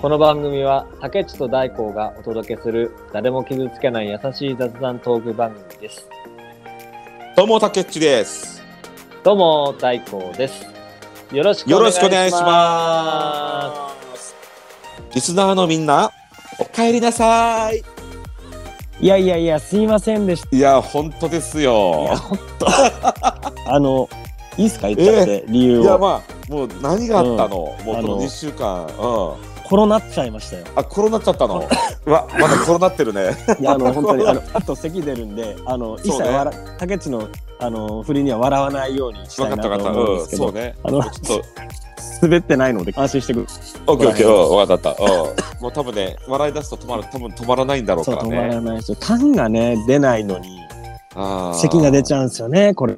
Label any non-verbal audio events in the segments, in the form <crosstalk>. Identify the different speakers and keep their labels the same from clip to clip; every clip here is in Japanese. Speaker 1: この番組は竹内と大光がお届けする誰も傷つけない優しい雑談トーク番組です
Speaker 2: どうも、たけっちです。
Speaker 1: どうも大光ですよろしく
Speaker 2: よ
Speaker 1: お願
Speaker 2: ろ
Speaker 1: い
Speaker 2: しくお願い
Speaker 1: し
Speaker 2: し
Speaker 1: ま
Speaker 2: ます。リスナーのみんな、お帰りなさい。
Speaker 3: いやいやいや、すいませんでした。
Speaker 2: いや、本当ですよ。
Speaker 3: あの、いいっすか言っちゃって、理由
Speaker 2: いや、
Speaker 3: を。
Speaker 2: まあ、もう何があったの、もうこ
Speaker 3: あ
Speaker 2: の
Speaker 3: の
Speaker 2: 2週間。うん。
Speaker 3: コロナっちゃいましたよ。
Speaker 2: あ、コロナっちゃ
Speaker 3: <laughs>
Speaker 2: ったの。うわ、まだコロナってるね。
Speaker 3: いや、あの、本当に、あの、あと咳出るんで、あの、一切笑、竹内の、あの、振りには笑わないようにした
Speaker 2: わ
Speaker 3: い
Speaker 2: かっ
Speaker 3: な
Speaker 2: たわ
Speaker 3: と
Speaker 2: かった。
Speaker 3: 思
Speaker 2: う
Speaker 3: うんで
Speaker 2: ん、
Speaker 3: すけ
Speaker 2: そう
Speaker 3: ど、
Speaker 2: ね。
Speaker 3: あの、
Speaker 2: ちょっ
Speaker 3: 滑ってないので安心してくる。
Speaker 2: と、オッケーオッケー、
Speaker 3: そう
Speaker 2: うん、わかったわかった。うん。もう多分ね、笑い出すと止まる、多分止まらないんだろう
Speaker 3: そ
Speaker 2: から
Speaker 3: う、止ま
Speaker 2: ね。
Speaker 3: らないですよ。痰がね、出ないのに、
Speaker 2: あー
Speaker 3: 咳が出ちゃうんですよね、これ。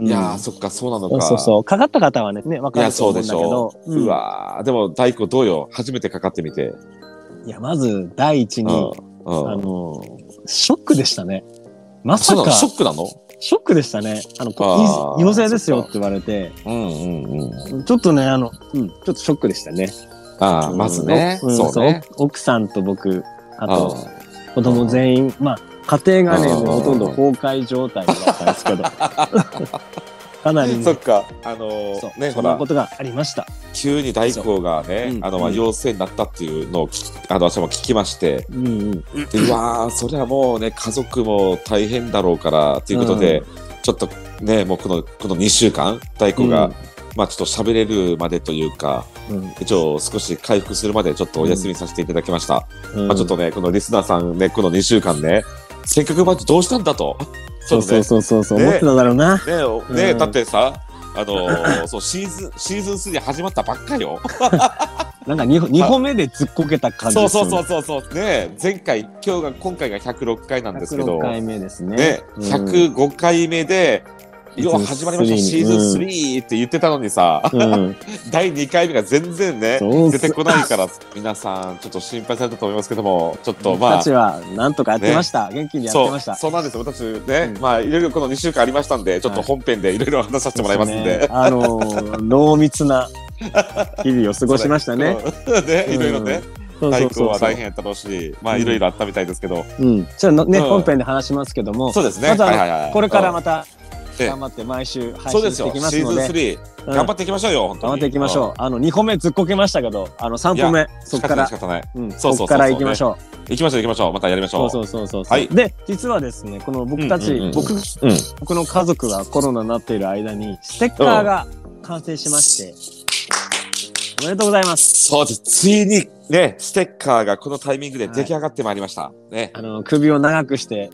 Speaker 2: いや
Speaker 3: う
Speaker 2: ー、
Speaker 3: ん
Speaker 2: そっか、そうなの
Speaker 3: そう
Speaker 2: か。
Speaker 3: そうそう。かかった方はね、ね、わ
Speaker 2: い
Speaker 3: か
Speaker 2: や、
Speaker 3: ると
Speaker 2: そう
Speaker 3: 思う
Speaker 2: で
Speaker 3: ん
Speaker 2: し
Speaker 3: だけ
Speaker 2: ょ
Speaker 3: ど。。
Speaker 2: うんわー、でも、大工どうよ。初めてかかってみて。
Speaker 3: いや、まず、第一に、
Speaker 2: う
Speaker 3: あ
Speaker 2: ん。うん。
Speaker 3: の、ショックでしたね。まさ
Speaker 2: そうなの
Speaker 3: か。
Speaker 2: ショックなの
Speaker 3: ショックでしたね。あの、
Speaker 2: あー
Speaker 3: い陽性ですよって言われて、
Speaker 2: うんうんうん。
Speaker 3: ちょっとね、あの、うん、ちょっとショックでしたね。
Speaker 2: ああ、まずね。
Speaker 3: うん
Speaker 2: そうね。
Speaker 3: そう奥さんと僕、あ
Speaker 2: あ
Speaker 3: と、子供全員、まあ、家庭がね、
Speaker 2: うんうんうん
Speaker 3: もうほとんど崩壊状態だったんで
Speaker 2: <laughs>
Speaker 3: すけど、かなりね、
Speaker 2: そっか。あの
Speaker 3: そう
Speaker 2: ー、ね、
Speaker 3: そ
Speaker 2: ほ
Speaker 3: んな
Speaker 2: ら
Speaker 3: こ、とがありました。
Speaker 2: 急に大工が
Speaker 3: そ
Speaker 2: ね
Speaker 3: うう、ん
Speaker 2: あの、まあ
Speaker 3: うん
Speaker 2: 陽性になったっていうのを聞き、あの、私も聞きまして、
Speaker 3: うんうん。
Speaker 2: でうわー、それはもうね、家族も大変だろうから、ということで、ちょっとね、もうこの、この2週間、大工
Speaker 3: う
Speaker 2: が
Speaker 3: ん、
Speaker 2: まあちょっと喋れるまでというか、
Speaker 3: うん
Speaker 2: 一応少し回復するまでちょっとお休みさせていただきました。
Speaker 3: うん
Speaker 2: まあちょっとね、このリスナーさんね、この2週間ね、せっかくバッチどうしたんだと。ち
Speaker 3: そ
Speaker 2: ょ
Speaker 3: う
Speaker 2: っとね
Speaker 3: そうそうそうそう、
Speaker 2: ね
Speaker 3: 思ってただろうな。
Speaker 2: ねえおねえ、
Speaker 3: うん
Speaker 2: だってさ、あのーそうシーズンシーズン3始まったばっかよ。
Speaker 3: なんか 2, 二本目でずっこけた感じ
Speaker 2: そう
Speaker 3: です
Speaker 2: そ
Speaker 3: よ
Speaker 2: う
Speaker 3: ね。
Speaker 2: そうそうそう。ねえ前回今日が今回が106回なんですけど、
Speaker 3: 106回
Speaker 2: ね
Speaker 3: 目ですね。
Speaker 2: え
Speaker 3: うん
Speaker 2: 105回目で。
Speaker 3: シーズン
Speaker 2: よう始まりました
Speaker 3: 3
Speaker 2: シーズン3って言ってたのにさ、 <laughs>
Speaker 3: うん、
Speaker 2: 第2回目が全然ね
Speaker 3: そうっす
Speaker 2: 出てこないから皆さんちょっと心配されたと思いますけどもちょっと
Speaker 3: 僕
Speaker 2: ま
Speaker 3: た
Speaker 2: あ
Speaker 3: ちはなんとかやってました。元気にやって
Speaker 2: そ
Speaker 3: ま
Speaker 2: う
Speaker 3: した。
Speaker 2: そうなんですよ私ね、
Speaker 3: うん
Speaker 2: まあいろいろこの2週間ありましたんでちょっと
Speaker 3: はい
Speaker 2: 本編でいろいろ話させてもらいますんで、
Speaker 3: そうすねあのー濃密な日々を過ごしました
Speaker 2: <laughs>
Speaker 3: ね。
Speaker 2: そうだよ。ね、いろいろね、
Speaker 3: そうそ
Speaker 2: 大
Speaker 3: うそ
Speaker 2: 工
Speaker 3: う
Speaker 2: は
Speaker 3: そう
Speaker 2: 大変やったろうし、まあ
Speaker 3: うん
Speaker 2: いろいろあったみたいですけど、
Speaker 3: うん。ちょっとね、
Speaker 2: うん
Speaker 3: 本編で話しますけども、
Speaker 2: そうですね。
Speaker 3: まずあの
Speaker 2: はいはいはい
Speaker 3: これからまた
Speaker 2: ええ
Speaker 3: 頑張って毎週配
Speaker 2: そう
Speaker 3: 信
Speaker 2: です
Speaker 3: してい
Speaker 2: よ。
Speaker 3: き
Speaker 2: シ
Speaker 3: ます
Speaker 2: ー
Speaker 3: の
Speaker 2: ズン
Speaker 3: で、
Speaker 2: 3、
Speaker 3: うん
Speaker 2: 頑張っていきましょうよ。本当に
Speaker 3: 頑張っていきましょう。あの2本目ずっこけましたけど、あの3本目
Speaker 2: うん。
Speaker 3: そこから
Speaker 2: 仕。方ない。
Speaker 3: うん、
Speaker 2: そうそ
Speaker 3: そう
Speaker 2: そう
Speaker 3: っから行きましょう。
Speaker 2: 行きましょう行きましょう。またやりまし
Speaker 3: そ
Speaker 2: ょ
Speaker 3: う
Speaker 2: う。
Speaker 3: そうそうそう。
Speaker 2: はい
Speaker 3: で、実はですね、この僕たち、
Speaker 2: うんうんうん
Speaker 3: 僕、
Speaker 2: うん。
Speaker 3: 僕の家族がコロナになっている間に、ステッカーが完成しまして、おめでとうございます。
Speaker 2: そうです。ついにね、ステッカーがこのタイミングで出来上がってまいりました。ね。
Speaker 3: あの首を長くして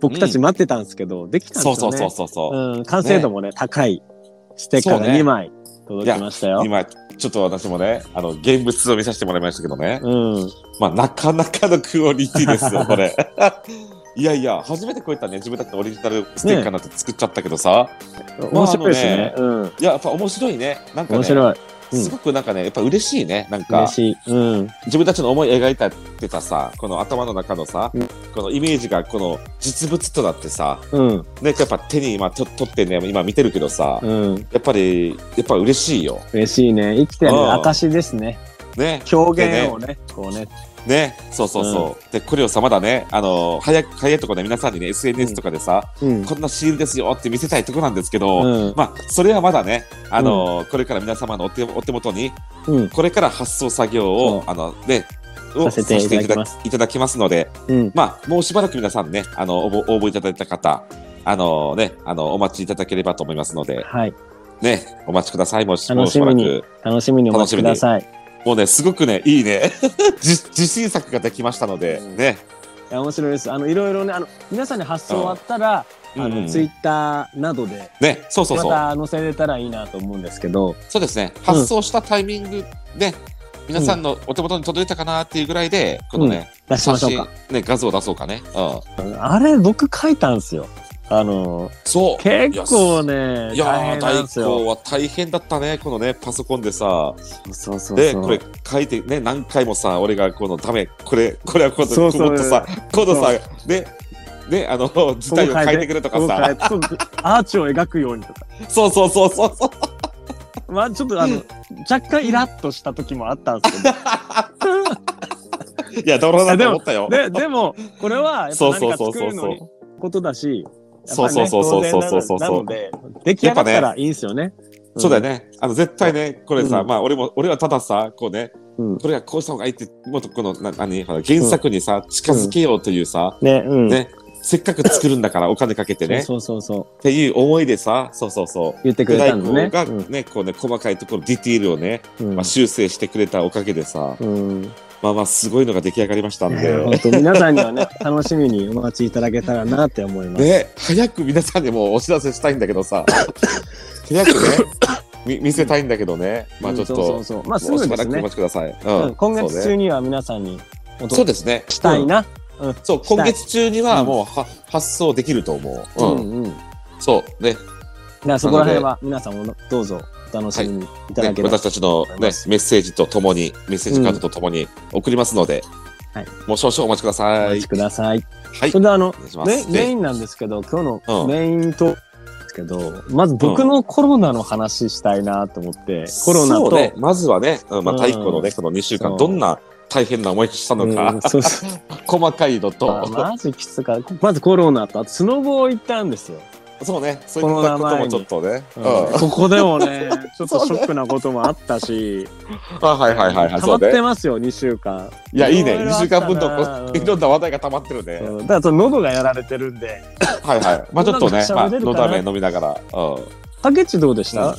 Speaker 3: 僕たち待ってたんですけど、できたん
Speaker 2: そう
Speaker 3: です
Speaker 2: そ
Speaker 3: よ
Speaker 2: う
Speaker 3: ね
Speaker 2: そうそうそう。
Speaker 3: うん、完成度もね高いステッカー
Speaker 2: そ
Speaker 3: が
Speaker 2: うね
Speaker 3: 2枚届きましたよう,、
Speaker 2: 今ちょっと私もね、あの現物を見させてもらいましたけどね。
Speaker 3: ん
Speaker 2: まあ、なかなかのクオリティです
Speaker 3: <laughs>
Speaker 2: よ、これ。 <laughs> いやいや、初めてこういったね、自分たちのオリジナルステッカーなんて作っちゃったけどさ、
Speaker 3: 面白いですね,、
Speaker 2: まいや、やっぱ面白いね。なん
Speaker 3: うん
Speaker 2: かね、
Speaker 3: 面白いうん
Speaker 2: すごくなんかね、やっぱ嬉しいね。なん
Speaker 3: 嬉
Speaker 2: か、
Speaker 3: しい、うん、
Speaker 2: 自分たちの思い描いたってたさ、この頭の中のさ、
Speaker 3: うん
Speaker 2: このイメージがこの実物となってさ、
Speaker 3: うん
Speaker 2: ね、やっぱ手に今と取ってね、今見てるけどさ、
Speaker 3: うん
Speaker 2: やっぱり、やっぱ嬉しいよ。
Speaker 3: 嬉しいね生きてる
Speaker 2: うん
Speaker 3: 証ですね
Speaker 2: ね。
Speaker 3: 表現をねこうね
Speaker 2: ね、そうそうそう。で、これをさ、まだね、あの、早く、早いとこね、皆さんにね、SNS とかでさ、
Speaker 3: うん
Speaker 2: こんなシールですよって見せたいとこなんですけど、
Speaker 3: うん
Speaker 2: まあ、それはまだね、あのこれから皆様のお手お手元に、
Speaker 3: うん
Speaker 2: これから発送作業を、あの、ね、を
Speaker 3: させていただきます
Speaker 2: させていただきますので、
Speaker 3: うん
Speaker 2: まあ、もうしばらく皆さんね、あの、応募、応募いただいた方、あのね、あの、お待ちいただければと思いますので、
Speaker 3: はい
Speaker 2: ね、お待ちください。もうしもう
Speaker 3: 楽
Speaker 2: し
Speaker 3: し
Speaker 2: ば
Speaker 3: み
Speaker 2: ら
Speaker 3: に
Speaker 2: く。
Speaker 3: 楽しみにお待ちくださいい
Speaker 2: もうね、すごくね、いいね、 <laughs> 自自信作ができましたので、
Speaker 3: うん
Speaker 2: ね。
Speaker 3: や面白いですあのいろいろねあの皆さんに発送終わったら、あ
Speaker 2: う
Speaker 3: の
Speaker 2: ん
Speaker 3: ツイッターなどで
Speaker 2: ね、そうそう
Speaker 3: ま
Speaker 2: そう。
Speaker 3: た載せれたらいいなと思うんですけど、
Speaker 2: そうですね、発送したタイミングで、皆さんのお手元に届いたかなっていうぐらいで、このね、
Speaker 3: 出しましょう
Speaker 2: 写
Speaker 3: か。
Speaker 2: 真ね、画像を出そうかね。うん
Speaker 3: あれ、僕書いたんですよ。あの、
Speaker 2: そう。
Speaker 3: 結構ね、
Speaker 2: いや
Speaker 3: 大
Speaker 2: ー、
Speaker 3: 変な
Speaker 2: 大
Speaker 3: んですよ
Speaker 2: 工。は大変だったね、このね、パソコンでさ。
Speaker 3: そうそう
Speaker 2: で、
Speaker 3: そう。
Speaker 2: これ書いてね、何回もさ、俺がこのダメ、これ、これは今
Speaker 3: そ
Speaker 2: 度、
Speaker 3: うそう
Speaker 2: 今度さ、今度さ、ね、ね、あの、事態を変えてくれとか
Speaker 3: ここ
Speaker 2: さ、
Speaker 3: 変えてそうアーチを描くようにとか。
Speaker 2: そうそうそうそうそう。
Speaker 3: まあちょっとあの、若干イラッとした時もあったんです
Speaker 2: <laughs>
Speaker 3: けど。
Speaker 2: いや、泥だと思ったよ。
Speaker 3: で、でも、これは、やっぱ
Speaker 2: そうそ
Speaker 3: 何
Speaker 2: う
Speaker 3: か
Speaker 2: そう
Speaker 3: 作
Speaker 2: そう
Speaker 3: るの
Speaker 2: そ
Speaker 3: に
Speaker 2: う。
Speaker 3: ことだし、やっぱ
Speaker 2: そう
Speaker 3: ね
Speaker 2: そうそうそうそうそう
Speaker 3: 当然な
Speaker 2: そ
Speaker 3: の
Speaker 2: う。
Speaker 3: で、出来上がったらいいんですよね。
Speaker 2: そうだよね。あの絶対ね、これさ、
Speaker 3: うん
Speaker 2: まあ俺も俺はたださ、こうね、
Speaker 3: うん
Speaker 2: これがこうした方がいいって、もっとこのな何ほら原作にさ、近づけようというさ、
Speaker 3: ね。うん。
Speaker 2: ねせっかく作るんだからお金かけてね
Speaker 3: そうそうそうそう。
Speaker 2: っていう思いでさ、そうそうそう。
Speaker 3: 言ってく
Speaker 2: 具体
Speaker 3: れたんですね。
Speaker 2: がね、こうね、細かいところ、ディティールをね、
Speaker 3: うんうん
Speaker 2: まあ、修正してくれたおかげでさ、
Speaker 3: うん
Speaker 2: まあまあ、すごいのが出来上がりましたん
Speaker 3: ね
Speaker 2: で、
Speaker 3: 本当皆さんにはね、楽しみにお待ちいただけたらなって思います。
Speaker 2: ね、早く皆さんにもお知らせしたいんだけど
Speaker 3: <laughs>
Speaker 2: さ、早くね、み見せたいんだけどね、まあちょっ
Speaker 3: うんそう
Speaker 2: と、
Speaker 3: そうそう。まあす
Speaker 2: もう
Speaker 3: ぐ
Speaker 2: しば
Speaker 3: です
Speaker 2: らくお
Speaker 3: ね
Speaker 2: 待。ちください。
Speaker 3: う
Speaker 2: うん
Speaker 3: ん今
Speaker 2: そう
Speaker 3: 月
Speaker 2: ね
Speaker 3: 中には皆さんにお
Speaker 2: そう
Speaker 3: 届け
Speaker 2: ですね。
Speaker 3: したい
Speaker 2: うん
Speaker 3: な。
Speaker 2: そう、
Speaker 3: したい
Speaker 2: 今月中にはもうは発送できると思う。うん。
Speaker 3: うん。
Speaker 2: そう、ね。
Speaker 3: じゃあそこら辺は皆さんもどうぞお楽しみにいた
Speaker 2: ね
Speaker 3: だければ
Speaker 2: 私たちの、ね、
Speaker 3: 思い
Speaker 2: メ
Speaker 3: ます
Speaker 2: ッセージとともに、メッセージカードとともに送りますので、
Speaker 3: はい
Speaker 2: もう少々お待ちくだ
Speaker 3: お
Speaker 2: さ
Speaker 3: 待
Speaker 2: い
Speaker 3: ち。ください。
Speaker 2: はい
Speaker 3: そ。れではあの
Speaker 2: お願いしま
Speaker 3: メ
Speaker 2: す。
Speaker 3: メイ
Speaker 2: で
Speaker 3: ンなんですけど今日
Speaker 2: う
Speaker 3: の
Speaker 2: ん
Speaker 3: メインとですけど、まず僕のコロナの話したいなと思って、コロナ
Speaker 2: そう
Speaker 3: と
Speaker 2: ね、まずはね、うんまあ、
Speaker 3: うん
Speaker 2: 太鼓のね、この2週
Speaker 3: そ
Speaker 2: 間、
Speaker 3: う
Speaker 2: どんな大変な思いをしたの
Speaker 3: うん
Speaker 2: か、
Speaker 3: そうそう
Speaker 2: 細かいの
Speaker 3: あ
Speaker 2: と、
Speaker 3: マジきつかったまずコロナとあとスノボを行ったんですよ、
Speaker 2: そうね、そういったこともちょっとね。
Speaker 3: う
Speaker 2: うんん
Speaker 3: ここで
Speaker 2: <laughs>
Speaker 3: もねちょっとショックなこともあったし、
Speaker 2: あ、はいはいはいはい、
Speaker 3: 溜ま
Speaker 2: そう
Speaker 3: って
Speaker 2: ね。
Speaker 3: ますよ2週間
Speaker 2: いや、いいね、
Speaker 3: ろろ
Speaker 2: 2
Speaker 3: あっ
Speaker 2: 週
Speaker 3: た
Speaker 2: 間
Speaker 3: な
Speaker 2: 分のこういろんな話題が溜まってるね。
Speaker 3: うんだからその喉がやられてるんで
Speaker 2: はいはい。まあちょっとね、
Speaker 3: どん
Speaker 2: ま
Speaker 3: な
Speaker 2: あ、
Speaker 3: 口調出る
Speaker 2: の
Speaker 3: かな
Speaker 2: だめ飲みながら。うん
Speaker 3: 竹内どうでした、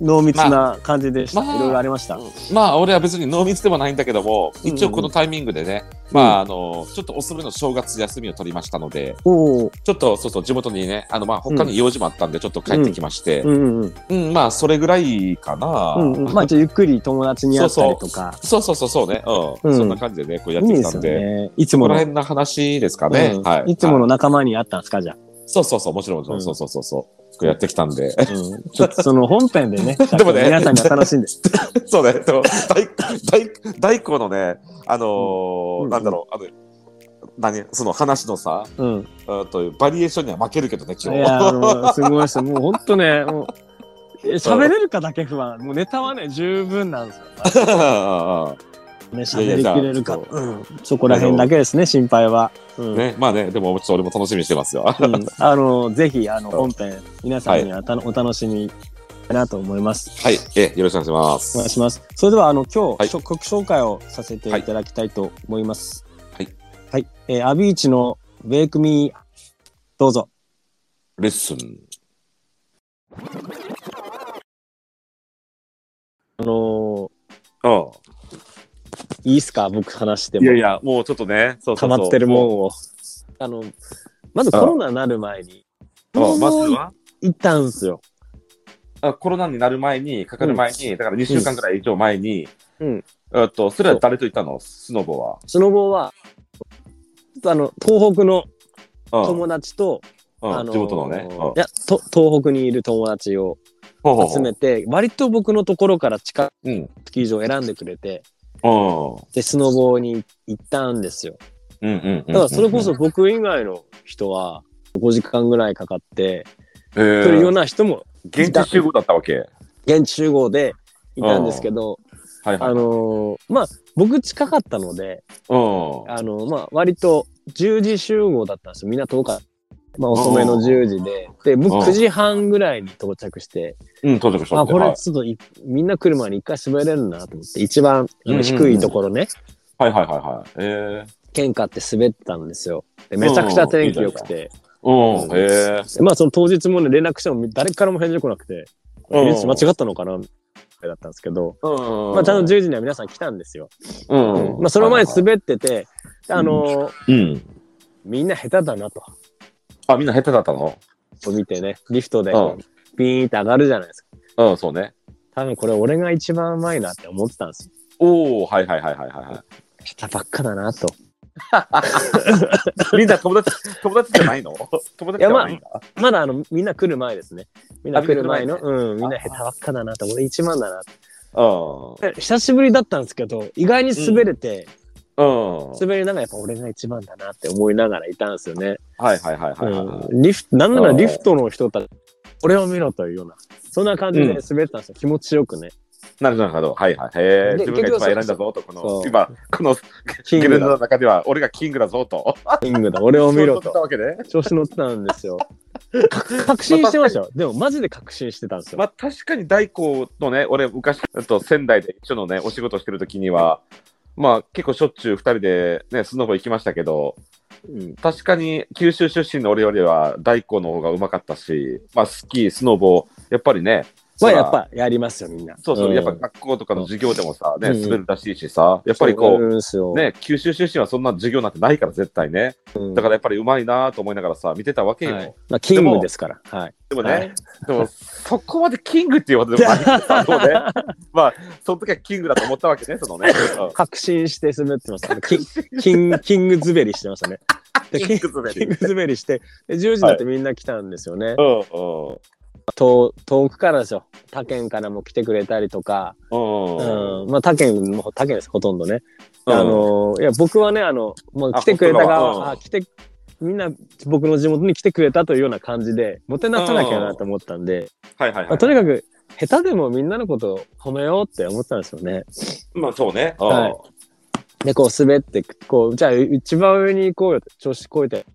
Speaker 3: 濃密な感じでした、
Speaker 2: まあ
Speaker 3: いろいろありました、
Speaker 2: まあ俺は別に濃密でもないんだけども、一応このタイミングでね、まああの、ちょっと遅めの正月休みを取りましたので、
Speaker 3: おお
Speaker 2: ちょっとそうそう地元にね、あのまあ他に用事もあったんでちょっと帰ってきまして、
Speaker 3: うんうん
Speaker 2: うん、まあそれぐらいかな。
Speaker 3: うんうんまあじゃあゆっくり友達に会ったりとか
Speaker 2: そうそうそうそうね、うん、
Speaker 3: うん
Speaker 2: そんな感じでね、こうやって
Speaker 3: いい
Speaker 2: き
Speaker 3: で
Speaker 2: た
Speaker 3: す
Speaker 2: ん
Speaker 3: よ
Speaker 2: で。
Speaker 3: ねいつ
Speaker 2: こ
Speaker 3: も
Speaker 2: こら
Speaker 3: の
Speaker 2: 辺の話ですかね。
Speaker 3: うん
Speaker 2: はい。
Speaker 3: いつも
Speaker 2: は
Speaker 3: の仲間に会ったんですかじゃあ、
Speaker 2: いそうそうそう、もちろんもちろん、
Speaker 3: うん
Speaker 2: そうそうそうそう。こうやってきたんで。
Speaker 3: うんちょっとその本
Speaker 2: <laughs>
Speaker 3: 編でね
Speaker 2: でもね
Speaker 3: 皆さんが楽しんで
Speaker 2: そうね、
Speaker 3: <laughs>
Speaker 2: でも大大大工のね、あのー
Speaker 3: うん
Speaker 2: なんだろう、あの、何、その話のさ、
Speaker 3: うん
Speaker 2: うんとバリエーションには負けるけどね、
Speaker 3: い
Speaker 2: 今日。
Speaker 3: やもうすごいですもうほんとねもうえ喋れるかだけ不安もうネタはね十分なんですよ、ね、
Speaker 2: いや
Speaker 3: 喋
Speaker 2: い
Speaker 3: り
Speaker 2: や
Speaker 3: きれるか
Speaker 2: じゃあ
Speaker 3: うんそこら辺だけですね心配は、う
Speaker 2: <laughs>
Speaker 3: ん
Speaker 2: ね、まあね、でもちょっと俺も楽しみにしてますよ。
Speaker 3: うんあのぜひあの
Speaker 2: うん
Speaker 3: 本編皆さんにはたのお楽しみかなと思います。
Speaker 2: はい、え、よろしくお願いし
Speaker 3: お
Speaker 2: ま
Speaker 3: 願い
Speaker 2: す。
Speaker 3: します。それではあの今
Speaker 2: は
Speaker 3: 日
Speaker 2: い
Speaker 3: しょ曲紹介をさせていただきたいと思います。
Speaker 2: はい。
Speaker 3: はい。えーアビーチの Wake Me どうぞ。
Speaker 2: レッスン。
Speaker 3: あの
Speaker 2: あ
Speaker 3: ーいいっすか僕話して
Speaker 2: いや
Speaker 3: も
Speaker 2: いや、もうちょっとね、そうそう
Speaker 3: 溜
Speaker 2: そう
Speaker 3: まってるもんを。あのまずコロナになる前に
Speaker 2: うんまずは、
Speaker 3: 行ったんすよ。
Speaker 2: あコロナになる前に、かかる前に、だから2週間ぐらい以上前に、
Speaker 3: うん。
Speaker 2: えっと、それは誰と行ったのスノボは。
Speaker 3: スノボはちょっとあの東北の
Speaker 2: うん
Speaker 3: 友達と、
Speaker 2: うん
Speaker 3: あのー
Speaker 2: 地元のね。うん
Speaker 3: いやと東北にいる友達を
Speaker 2: ほうほうほ
Speaker 3: 集
Speaker 2: う
Speaker 3: めて割と僕のところから近い
Speaker 2: うん。うん。
Speaker 3: スキー場を選んでくれて
Speaker 2: うん
Speaker 3: でスノボーに行ったんですよ
Speaker 2: うんうんうん。
Speaker 3: だからそれこそ、僕以外の人は5時間ぐらいかかって
Speaker 2: えー
Speaker 3: というような人も
Speaker 2: 現地集合だったわけ。はい
Speaker 3: 現地集合でいたんですけど
Speaker 2: はい。
Speaker 3: あのーまあ僕近かったので
Speaker 2: うん。
Speaker 3: あのーまあ割と10時集合だったんですよみんな遠かった。まあ、遅めの10時で。で、僕
Speaker 2: うん
Speaker 3: 9時半ぐらいに到着して、
Speaker 2: うん、到着した
Speaker 3: あ、こ
Speaker 2: は
Speaker 3: れ
Speaker 2: い
Speaker 3: ちょっといみんな来る前に一回滑れるなと思って、一番あの低いところね、
Speaker 2: はいはいはいはい。え
Speaker 3: 県下って滑ったんですよ。でめちゃくちゃ天気良くて。
Speaker 2: ー。うん、えー。
Speaker 3: でまあその当日もね、連絡しても誰からも返事来なくて、
Speaker 2: うん
Speaker 3: え間違ったのかなみたいだったんですけど、
Speaker 2: うん。
Speaker 3: まあちゃんと10時には皆さん来たんですよ。
Speaker 2: うん。
Speaker 3: まあその前に
Speaker 2: べ
Speaker 3: 滑ってて、あの
Speaker 2: う
Speaker 3: ー
Speaker 2: ん。
Speaker 3: みんな下手だなと、
Speaker 2: あ、みんな下手だったの
Speaker 3: 見てね、リフトでこうビーンって上がるじゃないですか。
Speaker 2: うん、そうね。
Speaker 3: 多分これ俺が一番うまいなって思ってたんですよ。
Speaker 2: おおはいはいはいはいは
Speaker 3: 下手ばっかだなと。
Speaker 2: い。みんな友達、 <laughs> 友達じゃないの友達じゃないんだ。
Speaker 3: まだあのみんな来る前ですね。みんな来る前の、
Speaker 2: あみ
Speaker 3: うん、みんな下手ばっかだなと、俺一番だなと
Speaker 2: うん。
Speaker 3: で久しぶりだったんですけど、意外に滑れて、
Speaker 2: うん。
Speaker 3: 滑りながらやっぱ俺が一番だなって思いながらいたんですよね。
Speaker 2: はいはいはいはいはい。
Speaker 3: うん、リフなんならリフトの人たち俺を見ろというような、そんな感じで
Speaker 2: うん
Speaker 3: 滑ってたんですよ。気持ちよくね。
Speaker 2: なるほど、なるほど。はいはい。へえ、
Speaker 1: で
Speaker 2: 自分が一番
Speaker 1: 結局そう
Speaker 2: 選んだぞと、こ
Speaker 3: そ
Speaker 2: の
Speaker 3: う、
Speaker 2: 今、この
Speaker 3: キン
Speaker 2: ゲ
Speaker 3: グ
Speaker 2: レンダ
Speaker 3: だ
Speaker 2: の、中では、俺がキングだぞと。
Speaker 3: キングだ、俺を見ろ
Speaker 2: そう取っ
Speaker 3: と
Speaker 2: た。わけで。
Speaker 3: 調子乗ってたんですよ。か確信してましたよ。でもマジで確信してたんですよ。
Speaker 2: まあ確かに大工のね、俺昔、えっと仙台で一緒のね、お仕事してる時には、まあ結構しょっちゅう二人でね、スノボ行きましたけど、
Speaker 3: うん
Speaker 2: 確かに九州出身の俺よりは大工の方がうまかったし、まあスキー、スノボ、やっぱりね、
Speaker 3: まあ
Speaker 2: そら
Speaker 3: やっぱやりますよ、みんな。
Speaker 2: そうそう、
Speaker 3: ん
Speaker 2: やっぱ学校とかの授業でもさ、ね、
Speaker 3: うん
Speaker 2: 滑るらしいしさ、やっぱり
Speaker 3: そ
Speaker 2: こ
Speaker 3: うな
Speaker 2: う、
Speaker 3: んですよ。
Speaker 2: ね、九州出身はそんな授業なんてないから絶対ね。
Speaker 3: うん、
Speaker 2: だからやっぱりうまいなと思いながらさ、見てたわけよ。
Speaker 3: はいまあ、キングですから。はい。
Speaker 2: でもね、
Speaker 3: はい
Speaker 2: でもそこまでキングっていうことでもないけどさ、もう
Speaker 3: <laughs>
Speaker 2: ね、まあ、その時はキングだと思ったわけね、そのね。うん
Speaker 3: 確信して滑ってます。キンキンキング滑りしてましたね。で
Speaker 2: キング滑り
Speaker 3: キング滑りして、で10時になってみんな来たんですよね。
Speaker 2: うん
Speaker 3: 遠遠くからですよ。他県からも来てくれたりとか、
Speaker 2: うんうん
Speaker 3: うん、まあ他県も他県です、ほとんどね。
Speaker 2: うん
Speaker 3: あのいや僕はねあの、まあ、
Speaker 2: あ
Speaker 3: 来てくれた
Speaker 2: 本当だ
Speaker 3: 側
Speaker 2: うん
Speaker 3: あ来てみんな僕の地元に来てくれたというような感じでもてなさなきゃなと思ったんで、
Speaker 2: はいはい
Speaker 3: ま
Speaker 2: は
Speaker 3: あ、
Speaker 2: い。
Speaker 3: とにかく下手でもみんなのことを褒めようって思ってたんですよね。
Speaker 2: まあそうね。うん
Speaker 3: はいでこう滑ってこうじゃあ一番上に行こうよって調子こいて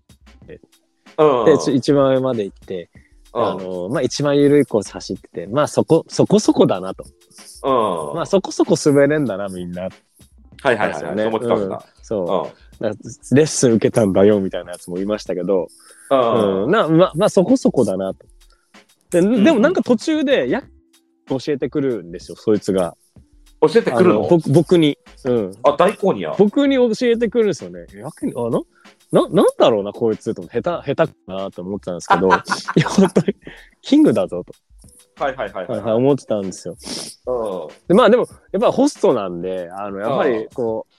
Speaker 2: うん
Speaker 3: でち一番上まで行って、あ
Speaker 2: うん
Speaker 3: のまあ、一番緩いコース走っててまあそこそこそこだなと、
Speaker 2: うん
Speaker 3: まあ、そこそこ滑れんだなみんな
Speaker 2: はいはい
Speaker 3: で
Speaker 2: は
Speaker 3: す
Speaker 2: い
Speaker 3: よ
Speaker 2: は
Speaker 3: ね
Speaker 2: い。そう思ってたんだ。
Speaker 3: そう、
Speaker 2: うん
Speaker 3: だからレッスン受けたんだよみたいなやつもいましたけど。
Speaker 2: うん
Speaker 3: うん、なままあそこそこだなと。で
Speaker 2: ん
Speaker 3: でもなんか途中でや教えてくるんですよそいつが。
Speaker 2: 教えてくる
Speaker 3: あ
Speaker 2: の
Speaker 3: 僕僕に、うん。
Speaker 2: あ大根にや。
Speaker 3: 僕に教えてくるんですよね。やけにあなななんだろうなこいつと思って下手下手くなと思ってたんです <laughs> けどいや本当にキングだぞ
Speaker 2: はいはいはい
Speaker 3: と、
Speaker 2: は
Speaker 3: はいいはい、思ってたんですよ。
Speaker 2: うん
Speaker 3: でまあでもやっぱホストなんであのやっぱりこう。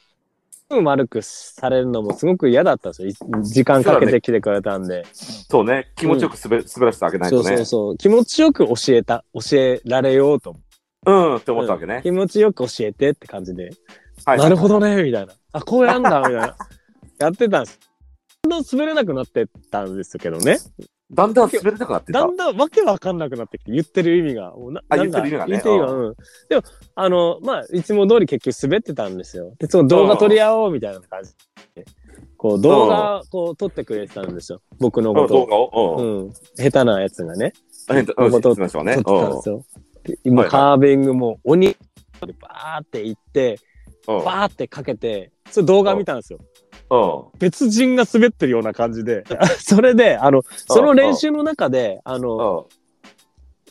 Speaker 3: 運悪くされるのもすごく嫌だったんですよ。い時間かけて来てくれたんで。
Speaker 2: そうね、気持ちよく滑滑らせてあげない
Speaker 3: そ
Speaker 2: と
Speaker 3: うそう
Speaker 2: ね。
Speaker 3: そう。気持ちよく教えた、教えられようと思って
Speaker 2: うんって思ったわけね。
Speaker 3: 気持ちよく教えてって感じで、
Speaker 2: はい
Speaker 3: なるほどねみたいなあこうやんだみたいなやってたんですだんだん滑れなくなってったんですけどね
Speaker 2: だんだん滑れたくなって
Speaker 3: だ
Speaker 2: た
Speaker 3: ん。だんわけわかんなくなってきて言ってる意味がもうな
Speaker 2: あ
Speaker 3: なんだ
Speaker 2: 言ってる意味がね
Speaker 3: 言ってる意味が
Speaker 2: う
Speaker 3: うんでもあのまあいつも通り結局滑ってたんですよでその動画撮り合おうみたいな感じでこう動画こう撮ってくれてたんですよ僕の
Speaker 2: うん
Speaker 3: こ
Speaker 2: 動
Speaker 3: と
Speaker 2: 画を。
Speaker 3: う
Speaker 2: うん。
Speaker 3: ん下手なやつがね
Speaker 2: えっとうん。
Speaker 3: 動画
Speaker 2: 撮
Speaker 3: を
Speaker 2: ってましょうね。
Speaker 3: 撮ってたんですよで今
Speaker 2: はいはい
Speaker 3: カービングも鬼でバーって行って
Speaker 2: うん。うん
Speaker 3: バーってかけて、それ動画見たんですよ。
Speaker 2: うん。
Speaker 3: 別人が滑ってるような感じで。 <laughs> それで、あの、その練習の中で、あの、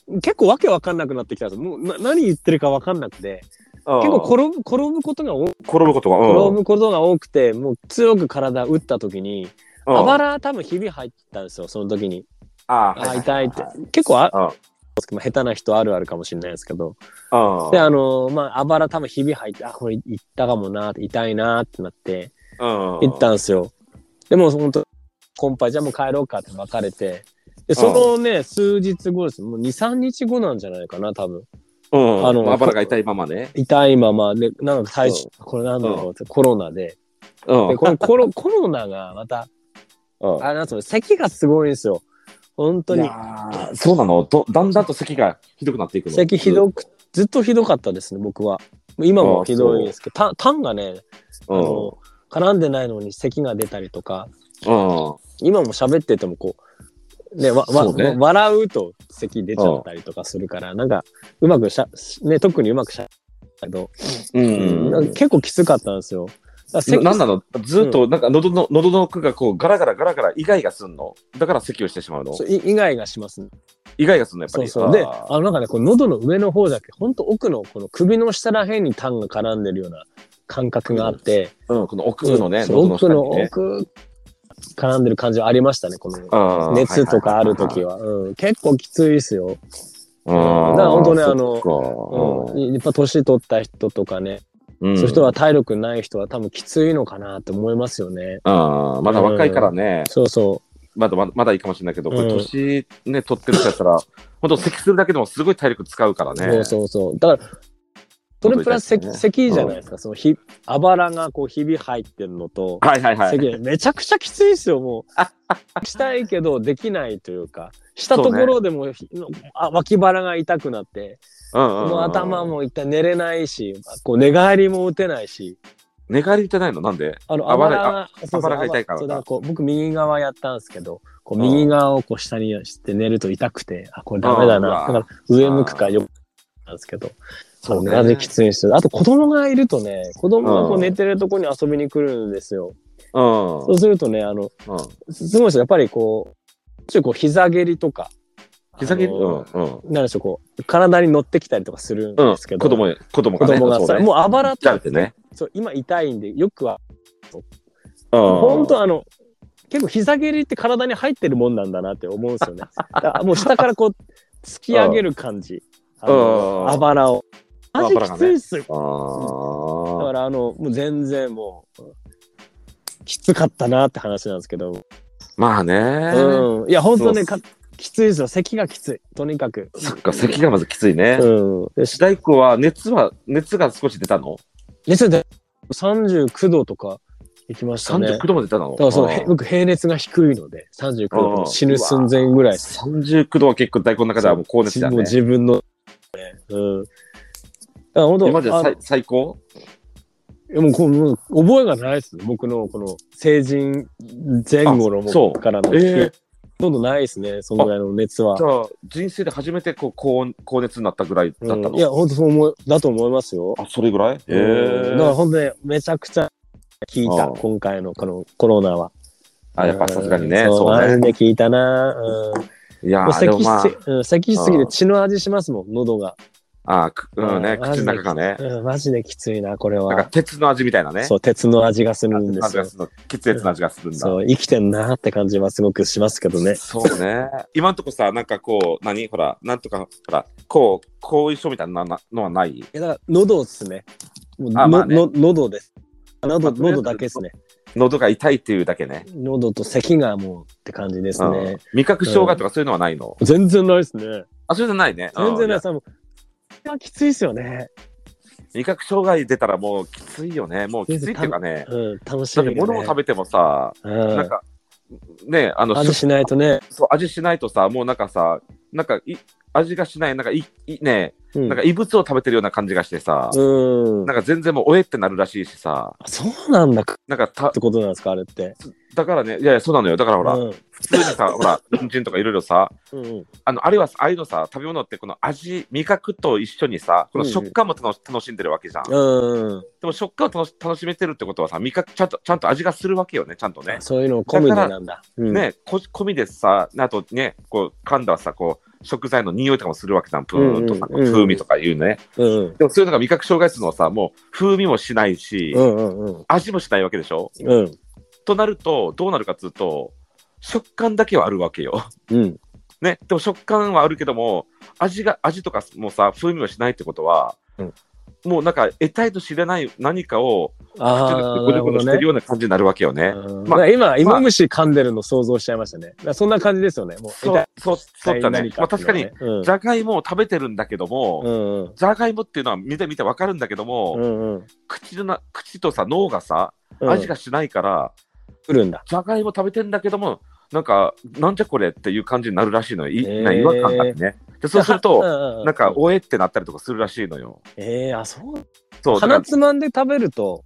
Speaker 2: う
Speaker 3: 結構わけわかんなくなってきたんですよ。もうな何言ってるかわかんなく
Speaker 2: ん
Speaker 3: て。結構転ぶ、転ぶことが多、
Speaker 2: 転ぶことが、
Speaker 3: 転
Speaker 2: うん
Speaker 3: ぶことが多くて、もう強く体打った時に、あばら多分ひび入ったんですよ、その時に。
Speaker 2: あ
Speaker 3: あ、痛いって。結構あ、
Speaker 2: うん
Speaker 3: まあ下手な人あるあるかもしれないですけど。
Speaker 2: うん
Speaker 3: で、あの、まあ、あばら多分ひび入って、あ、これいったかもな、痛いなってなって。行ったんですよ。でも本当コンパじゃあもう帰ろうかって別れて。で、そのね、数日後です。もう2、3日後なんじゃないかな、多分。
Speaker 2: うん、
Speaker 3: あ
Speaker 2: あ
Speaker 3: の
Speaker 2: の、あばらが痛いままね。
Speaker 3: 痛いまま、で、なんか体
Speaker 2: う
Speaker 3: 調、これなんだろうって、コロナで。
Speaker 2: うん。う
Speaker 3: で、
Speaker 2: ん
Speaker 3: この
Speaker 2: <laughs>
Speaker 3: コロコロナがまた、あれなんですよ、咳がすごいんですよ。本当
Speaker 2: い
Speaker 3: に
Speaker 2: や。ーそうなのどだんだんと咳がひどくなっていくの
Speaker 3: 咳ひどく、ずっとひどかったですね、僕は。今もひどいですけど、た痰がね、あ
Speaker 2: うん。うん。
Speaker 3: の、絡んでないのに咳が出たりとか、今も喋っててもこう、ね、わ
Speaker 2: そ
Speaker 3: わ
Speaker 2: うね
Speaker 3: 笑うと咳出ちゃったりとかするから、なんか、うまくしゃ、ね、特にうまくしゃ、けど、
Speaker 2: うん。
Speaker 3: なんか結構きつかったんですよ。だから
Speaker 2: ななん
Speaker 3: 咳
Speaker 2: なのずっと、なんか、喉の、喉の奥がこう、ガラガラガラガラ、イガイガすんのだから咳をしてしまうの
Speaker 3: そうい以外がします、ね、
Speaker 2: イガイガすんのやっぱ
Speaker 3: そう
Speaker 2: り。
Speaker 3: そう。で、あ
Speaker 2: あ
Speaker 3: のなんかね、こう喉の上の方だけ、ほんと奥のこの首の下ら辺に痰が絡んでるような感覚があって、
Speaker 2: ーうん、この奥のね、
Speaker 3: そ
Speaker 2: 喉
Speaker 3: う
Speaker 2: の下
Speaker 3: 奥の
Speaker 2: にね。
Speaker 3: 奥、絡んでる感じはありましたね、この。
Speaker 2: あー
Speaker 3: 熱とかある時は、うん、結構きついですよ。
Speaker 2: は
Speaker 3: だから本当ねあの
Speaker 2: の
Speaker 3: うん、やっぱ年取った人とかね、そういう人は体力ない人は多分きついのかなって思いますよね。
Speaker 2: あーまだ若いからね、
Speaker 3: そうそ
Speaker 2: まだまだまだいいかもしれないけど、こ
Speaker 3: うん
Speaker 2: れ年ね、取ってる人やったら、本当咳するだけでもすごい体力使うから
Speaker 3: う、
Speaker 2: ね。
Speaker 3: そうそうそう。だから、それプラス
Speaker 2: こと
Speaker 3: 咳
Speaker 2: に対してね
Speaker 3: 咳じゃないですか、そのひあばらがこうひび入ってるのと、
Speaker 2: はいはいはい。
Speaker 3: 咳めちゃくちゃきついですよもうしたいけどできないというかしたところでも、ひあ脇腹が痛くなって、
Speaker 2: うんうんうん
Speaker 3: もう頭。も痛い寝れないしこう寝返りも打てないし
Speaker 2: 寝返りじゃないのなんで
Speaker 3: あの、
Speaker 2: あ
Speaker 3: あば
Speaker 2: ば
Speaker 3: ら
Speaker 2: ら
Speaker 3: が、そうそう
Speaker 2: あばらが痛いからか
Speaker 3: そうだこう僕、右側やったんですけど、こう右側をこう下にして寝ると痛くて、あ、これダメだな。
Speaker 2: う
Speaker 3: だ
Speaker 2: わ
Speaker 3: から、上向くか横なんですけど、そう、
Speaker 2: ね
Speaker 3: なぜきついんですよ。あと、子供がいるとね、子供がこう
Speaker 2: うん
Speaker 3: 寝てるとこに遊びに来るんです
Speaker 2: う
Speaker 3: よ。
Speaker 2: ん。
Speaker 3: そうするとね、あの、
Speaker 2: うん。
Speaker 3: すすごいですよ。やっぱりこう、ちょっとこう、膝蹴りとか、
Speaker 2: 膝蹴り
Speaker 3: あ
Speaker 2: う
Speaker 3: の
Speaker 2: んうん。
Speaker 3: なんでしょう、こう、体に乗ってきたりとかするん
Speaker 2: うん。
Speaker 3: ですけど、
Speaker 2: 子供、子供
Speaker 3: 子
Speaker 2: がね。
Speaker 3: 供が
Speaker 2: そう
Speaker 3: さ、
Speaker 2: ね
Speaker 3: もうあばら
Speaker 2: じ
Speaker 3: と
Speaker 2: ゃんってね。
Speaker 3: そう、今痛いんで、よくは
Speaker 2: うん。
Speaker 3: 本当あの結構膝蹴りって体に入ってるもんなんだなって思うんですよね。だからもう下からこう突き上げる感じ。あの
Speaker 2: うん
Speaker 3: あばらを。
Speaker 2: うん
Speaker 3: マジきついっすよ。だ
Speaker 2: あ
Speaker 3: からあのもう全然もうきつかったなって話なんですけど。
Speaker 2: あ。まあね。
Speaker 3: うん。いや本当ね
Speaker 2: そうっ
Speaker 3: かきついですよ。咳がきつい。とにかく。
Speaker 2: そっか、咳がまずきついね。
Speaker 3: うん。でし
Speaker 2: 大工は熱は、熱が少し出たの
Speaker 3: 熱で39度とか行きましたね。だ
Speaker 2: ?39 度まで出たの
Speaker 3: からそう
Speaker 2: あ
Speaker 3: へ
Speaker 2: ー
Speaker 3: 僕平熱が低いので39度と
Speaker 2: う
Speaker 3: か
Speaker 2: ん
Speaker 3: 死ぬ寸前ぐらいです
Speaker 2: 39度は結構大根の中ではもう高熱だ
Speaker 3: もう
Speaker 2: ね。
Speaker 3: 自分の、うん。だから本当、
Speaker 2: 今まで
Speaker 3: あの
Speaker 2: 最最高
Speaker 3: いやもうこうもう覚えがないですね。僕のこの成人前後の
Speaker 2: あそ
Speaker 3: も
Speaker 2: う
Speaker 3: からの、
Speaker 2: ええ
Speaker 3: ほとんどないですね、そのぐらいの熱は
Speaker 2: じ。ゃあ人生で初めてこう高温高熱になったぐらいだったの、
Speaker 3: うんいや、本当そう思う、だと思いますよ。
Speaker 2: あそれぐらいへ
Speaker 3: うんだから
Speaker 2: え
Speaker 3: 本当にめちゃくちゃ聞いた、
Speaker 2: うん
Speaker 3: 今回のこのコロナは。
Speaker 2: あやっぱさすがにね
Speaker 3: うん
Speaker 2: そう
Speaker 3: マジ
Speaker 2: ね
Speaker 3: で聞いたな。うん。
Speaker 2: いや
Speaker 3: もう
Speaker 2: ーでも
Speaker 3: 咳し
Speaker 2: ま
Speaker 3: うん咳しすぎて血の味しますもん、喉が。
Speaker 2: ああーくうんね
Speaker 3: うん
Speaker 2: 口の中がね
Speaker 3: うん、マジできついな、これ
Speaker 2: なんか
Speaker 3: は。
Speaker 2: 鉄の味みたいなね
Speaker 3: そう、鉄の味がするんで
Speaker 2: 鉄の味
Speaker 3: すよ
Speaker 2: が。するの血液の味がするんだ、
Speaker 3: そう、生きてんなって感じはすごくしますけどね。
Speaker 2: そうね今んとこさなんかこう何ほらなんとかほらこう後遺症みたいななのはない
Speaker 3: えだから、喉ですね。もう
Speaker 2: あまあ
Speaker 3: の、
Speaker 2: ね
Speaker 3: の、喉です。喉、
Speaker 2: まあとりあえず
Speaker 3: 喉だけですね。
Speaker 2: 喉が痛いっていうだけね
Speaker 3: 喉と咳がもうって感じです
Speaker 2: うん
Speaker 3: ね。、
Speaker 2: 味覚障害とかそういうのはないの、
Speaker 3: 全然ないですね。
Speaker 2: あそれじゃないねうん
Speaker 3: 全然ない
Speaker 2: や
Speaker 3: さ、もう。いやきついですよね。
Speaker 2: 味覚障害出たらもうきついよねもうきついっていうかね
Speaker 3: うん、楽しい
Speaker 2: だ
Speaker 3: よ、
Speaker 2: って
Speaker 3: ね。
Speaker 2: 物を食べてもさ、
Speaker 3: うん
Speaker 2: なんか、ね、あの、
Speaker 3: 味しないとね。
Speaker 2: そう味しないとさ、もうなんかさ、なんかい味がしない、なんかいいね、
Speaker 3: うん。
Speaker 2: なんか異物を食べてるような感じがしてさ、
Speaker 3: うん。
Speaker 2: なんか全然もうおえってなるらしいしさ、
Speaker 3: あそうなんだかっ
Speaker 2: なんかた
Speaker 3: て、ことなんですか、あれって。
Speaker 2: だからね、いやいや、そうなのよ。だからほら、
Speaker 3: うん。
Speaker 2: 普通にさ、ほら、人参とかいろいろさ、
Speaker 3: うん。
Speaker 2: あの、あるいはああいうのさ、食べ物ってこの味、味覚と一緒にさ、この食感も楽し楽しんでるわけじゃん。
Speaker 3: うん。
Speaker 2: でも食感を楽し楽しめてるってことはさ、味覚ちゃんと、ちゃんと味がするわけよね、ちゃんとね。
Speaker 3: そういうのを込みでなんだ。うん。
Speaker 2: ね、こ込みでさ、あとね、こう噛んだらさ、こう食材の匂いとかもするわけじゃん、プーンとさ、
Speaker 3: うんうんうん
Speaker 2: 風味とかいうね。
Speaker 3: うん。
Speaker 2: でもそういうのが味覚障害するのはさ、もう風味もしないし、
Speaker 3: うんうんうん。
Speaker 2: 味もしないわけでしょ
Speaker 3: うん。
Speaker 2: となると、どうなるかっつうと、食感だけはあるわけよ。
Speaker 3: うん。
Speaker 2: ね、でも食感はあるけども、味が、味とかもさ、風味もしないってことは、
Speaker 3: うん
Speaker 2: もうなんか得体と知れない何かを、
Speaker 3: ああ、
Speaker 2: ご
Speaker 3: な
Speaker 2: に
Speaker 3: る
Speaker 2: ょご
Speaker 3: ほ
Speaker 2: にょ
Speaker 3: ど
Speaker 2: し
Speaker 3: ね
Speaker 2: てる。ような感じになるわけよね。
Speaker 3: うん
Speaker 2: まあ
Speaker 3: だから今、芋虫噛んでるの想像しちゃいましたね。だからそんな感じですよね。もう、
Speaker 2: そう、そう、そうだね
Speaker 3: 何。
Speaker 2: まあ
Speaker 3: って
Speaker 2: 確
Speaker 3: いう
Speaker 2: か
Speaker 3: の
Speaker 2: に
Speaker 3: はね、うん
Speaker 2: じゃがいもを食べてるんだけども、
Speaker 3: うんうん
Speaker 2: じゃがいもっていうのは見て見てわかるんだけども、
Speaker 3: うんうん
Speaker 2: 口のな口とさ脳がさ
Speaker 3: うん。
Speaker 2: 味がしないから、
Speaker 3: 来るんだ。
Speaker 2: じゃがいも食べてんだけどもなんかなんじゃこれっていう感じになるらしいのよ、い
Speaker 3: へー
Speaker 2: な違和感があってねでそうする
Speaker 3: <laughs>
Speaker 2: と、
Speaker 3: と
Speaker 2: なんか、おえってなったりとかするらしいのよ
Speaker 3: ええ、あ、そう。
Speaker 2: そうだか
Speaker 3: 鼻
Speaker 2: ら
Speaker 3: つまんで食べると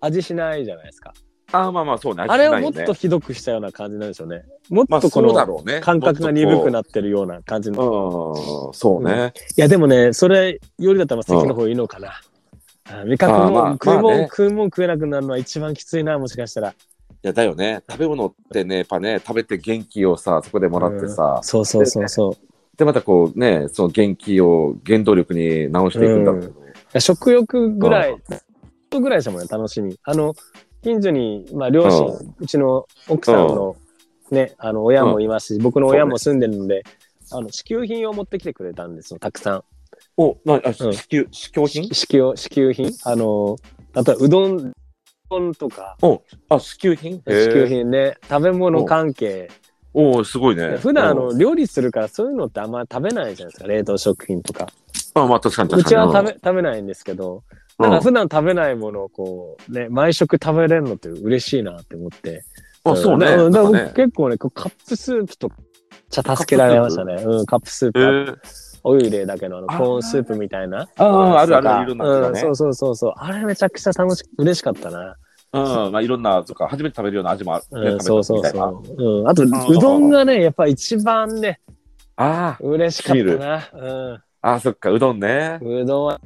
Speaker 3: 味しないじゃないですか。
Speaker 2: あーまあまあそうね
Speaker 3: あれをも
Speaker 2: 味しない
Speaker 3: っと
Speaker 2: よね
Speaker 3: ひどくしたような感じなんでしょうね。もっ
Speaker 2: まあ
Speaker 3: とこ
Speaker 2: そうだ
Speaker 3: の
Speaker 2: ろうね
Speaker 3: 感覚が鈍くな
Speaker 2: っ
Speaker 3: ってるような感じ
Speaker 2: う
Speaker 3: の。
Speaker 2: んそうね、
Speaker 3: いや、でもね、それよりだったら席の方がいいのかな。あ味覚
Speaker 2: あーま
Speaker 3: も
Speaker 2: あ
Speaker 3: 食い
Speaker 2: まあ
Speaker 3: もん
Speaker 2: ね
Speaker 3: 食いもん食えなくなるのは一番きついな、もしかしたら。
Speaker 2: いやだよね食べ物ってねやっぱね食べて元気をさそこでもらってさ、
Speaker 3: そうそうそうそう。
Speaker 2: でまたこうねその元気を原動力に直していくんだろうけど、
Speaker 3: 食欲ぐら
Speaker 2: う
Speaker 3: い、とぐらいでしたもんね、楽しみ。あの、近所に、まあ、両親、
Speaker 2: う
Speaker 3: うちの奥さんの、ね、あの、親もいますし、僕の親も住んでるので、あの、支給品を持ってきてくれたんですよ、たくさん。
Speaker 2: お、な、あ、
Speaker 3: うん
Speaker 2: 支給、支給品
Speaker 3: 支給、支給品あの、あとはうどん、うどんとか、
Speaker 2: あ、支給品
Speaker 3: 支給。品ね、食べ物関係。
Speaker 2: おお、すごいね。
Speaker 3: 普段、あ
Speaker 2: う
Speaker 3: の、
Speaker 2: ん
Speaker 3: 料理するから、そういうのってあんま食べないじゃないですか、冷凍食品とか。
Speaker 2: あまあ確かに
Speaker 3: う
Speaker 2: 確
Speaker 3: ち
Speaker 2: か
Speaker 3: は
Speaker 2: に。
Speaker 3: 食べ食べないんですけど、
Speaker 2: う
Speaker 3: なんんか普段食べないものをこう、ね、毎食食べれるのって嬉しいなって思って。
Speaker 2: あ、そうね。な
Speaker 3: んだ
Speaker 2: ん
Speaker 3: か
Speaker 2: からね
Speaker 3: 僕結構ね、こうカップスープとか、ちゃ助けられましたね。うん、カップスー
Speaker 2: え
Speaker 3: プ、
Speaker 2: ー、
Speaker 3: オイレだけのあの
Speaker 2: あ
Speaker 3: コーンスープみたいな。
Speaker 2: ああ、あるある
Speaker 3: とか
Speaker 2: いろんなの
Speaker 3: うん、
Speaker 2: ね。
Speaker 3: そうそうそうそう。あれめちゃくちゃ楽しく、嬉しかったな。
Speaker 2: うん、まあいろんなとか初めて食べるような味もある、ね
Speaker 3: うん、そうそう
Speaker 2: 食べたみたいな
Speaker 3: そう。うん、あと、う
Speaker 2: ー
Speaker 3: どんがね、やっぱ一番ね、
Speaker 2: あ
Speaker 3: 嬉しかったな。
Speaker 2: あ、ああ、そっか、うどんね。
Speaker 3: うん、うどんは、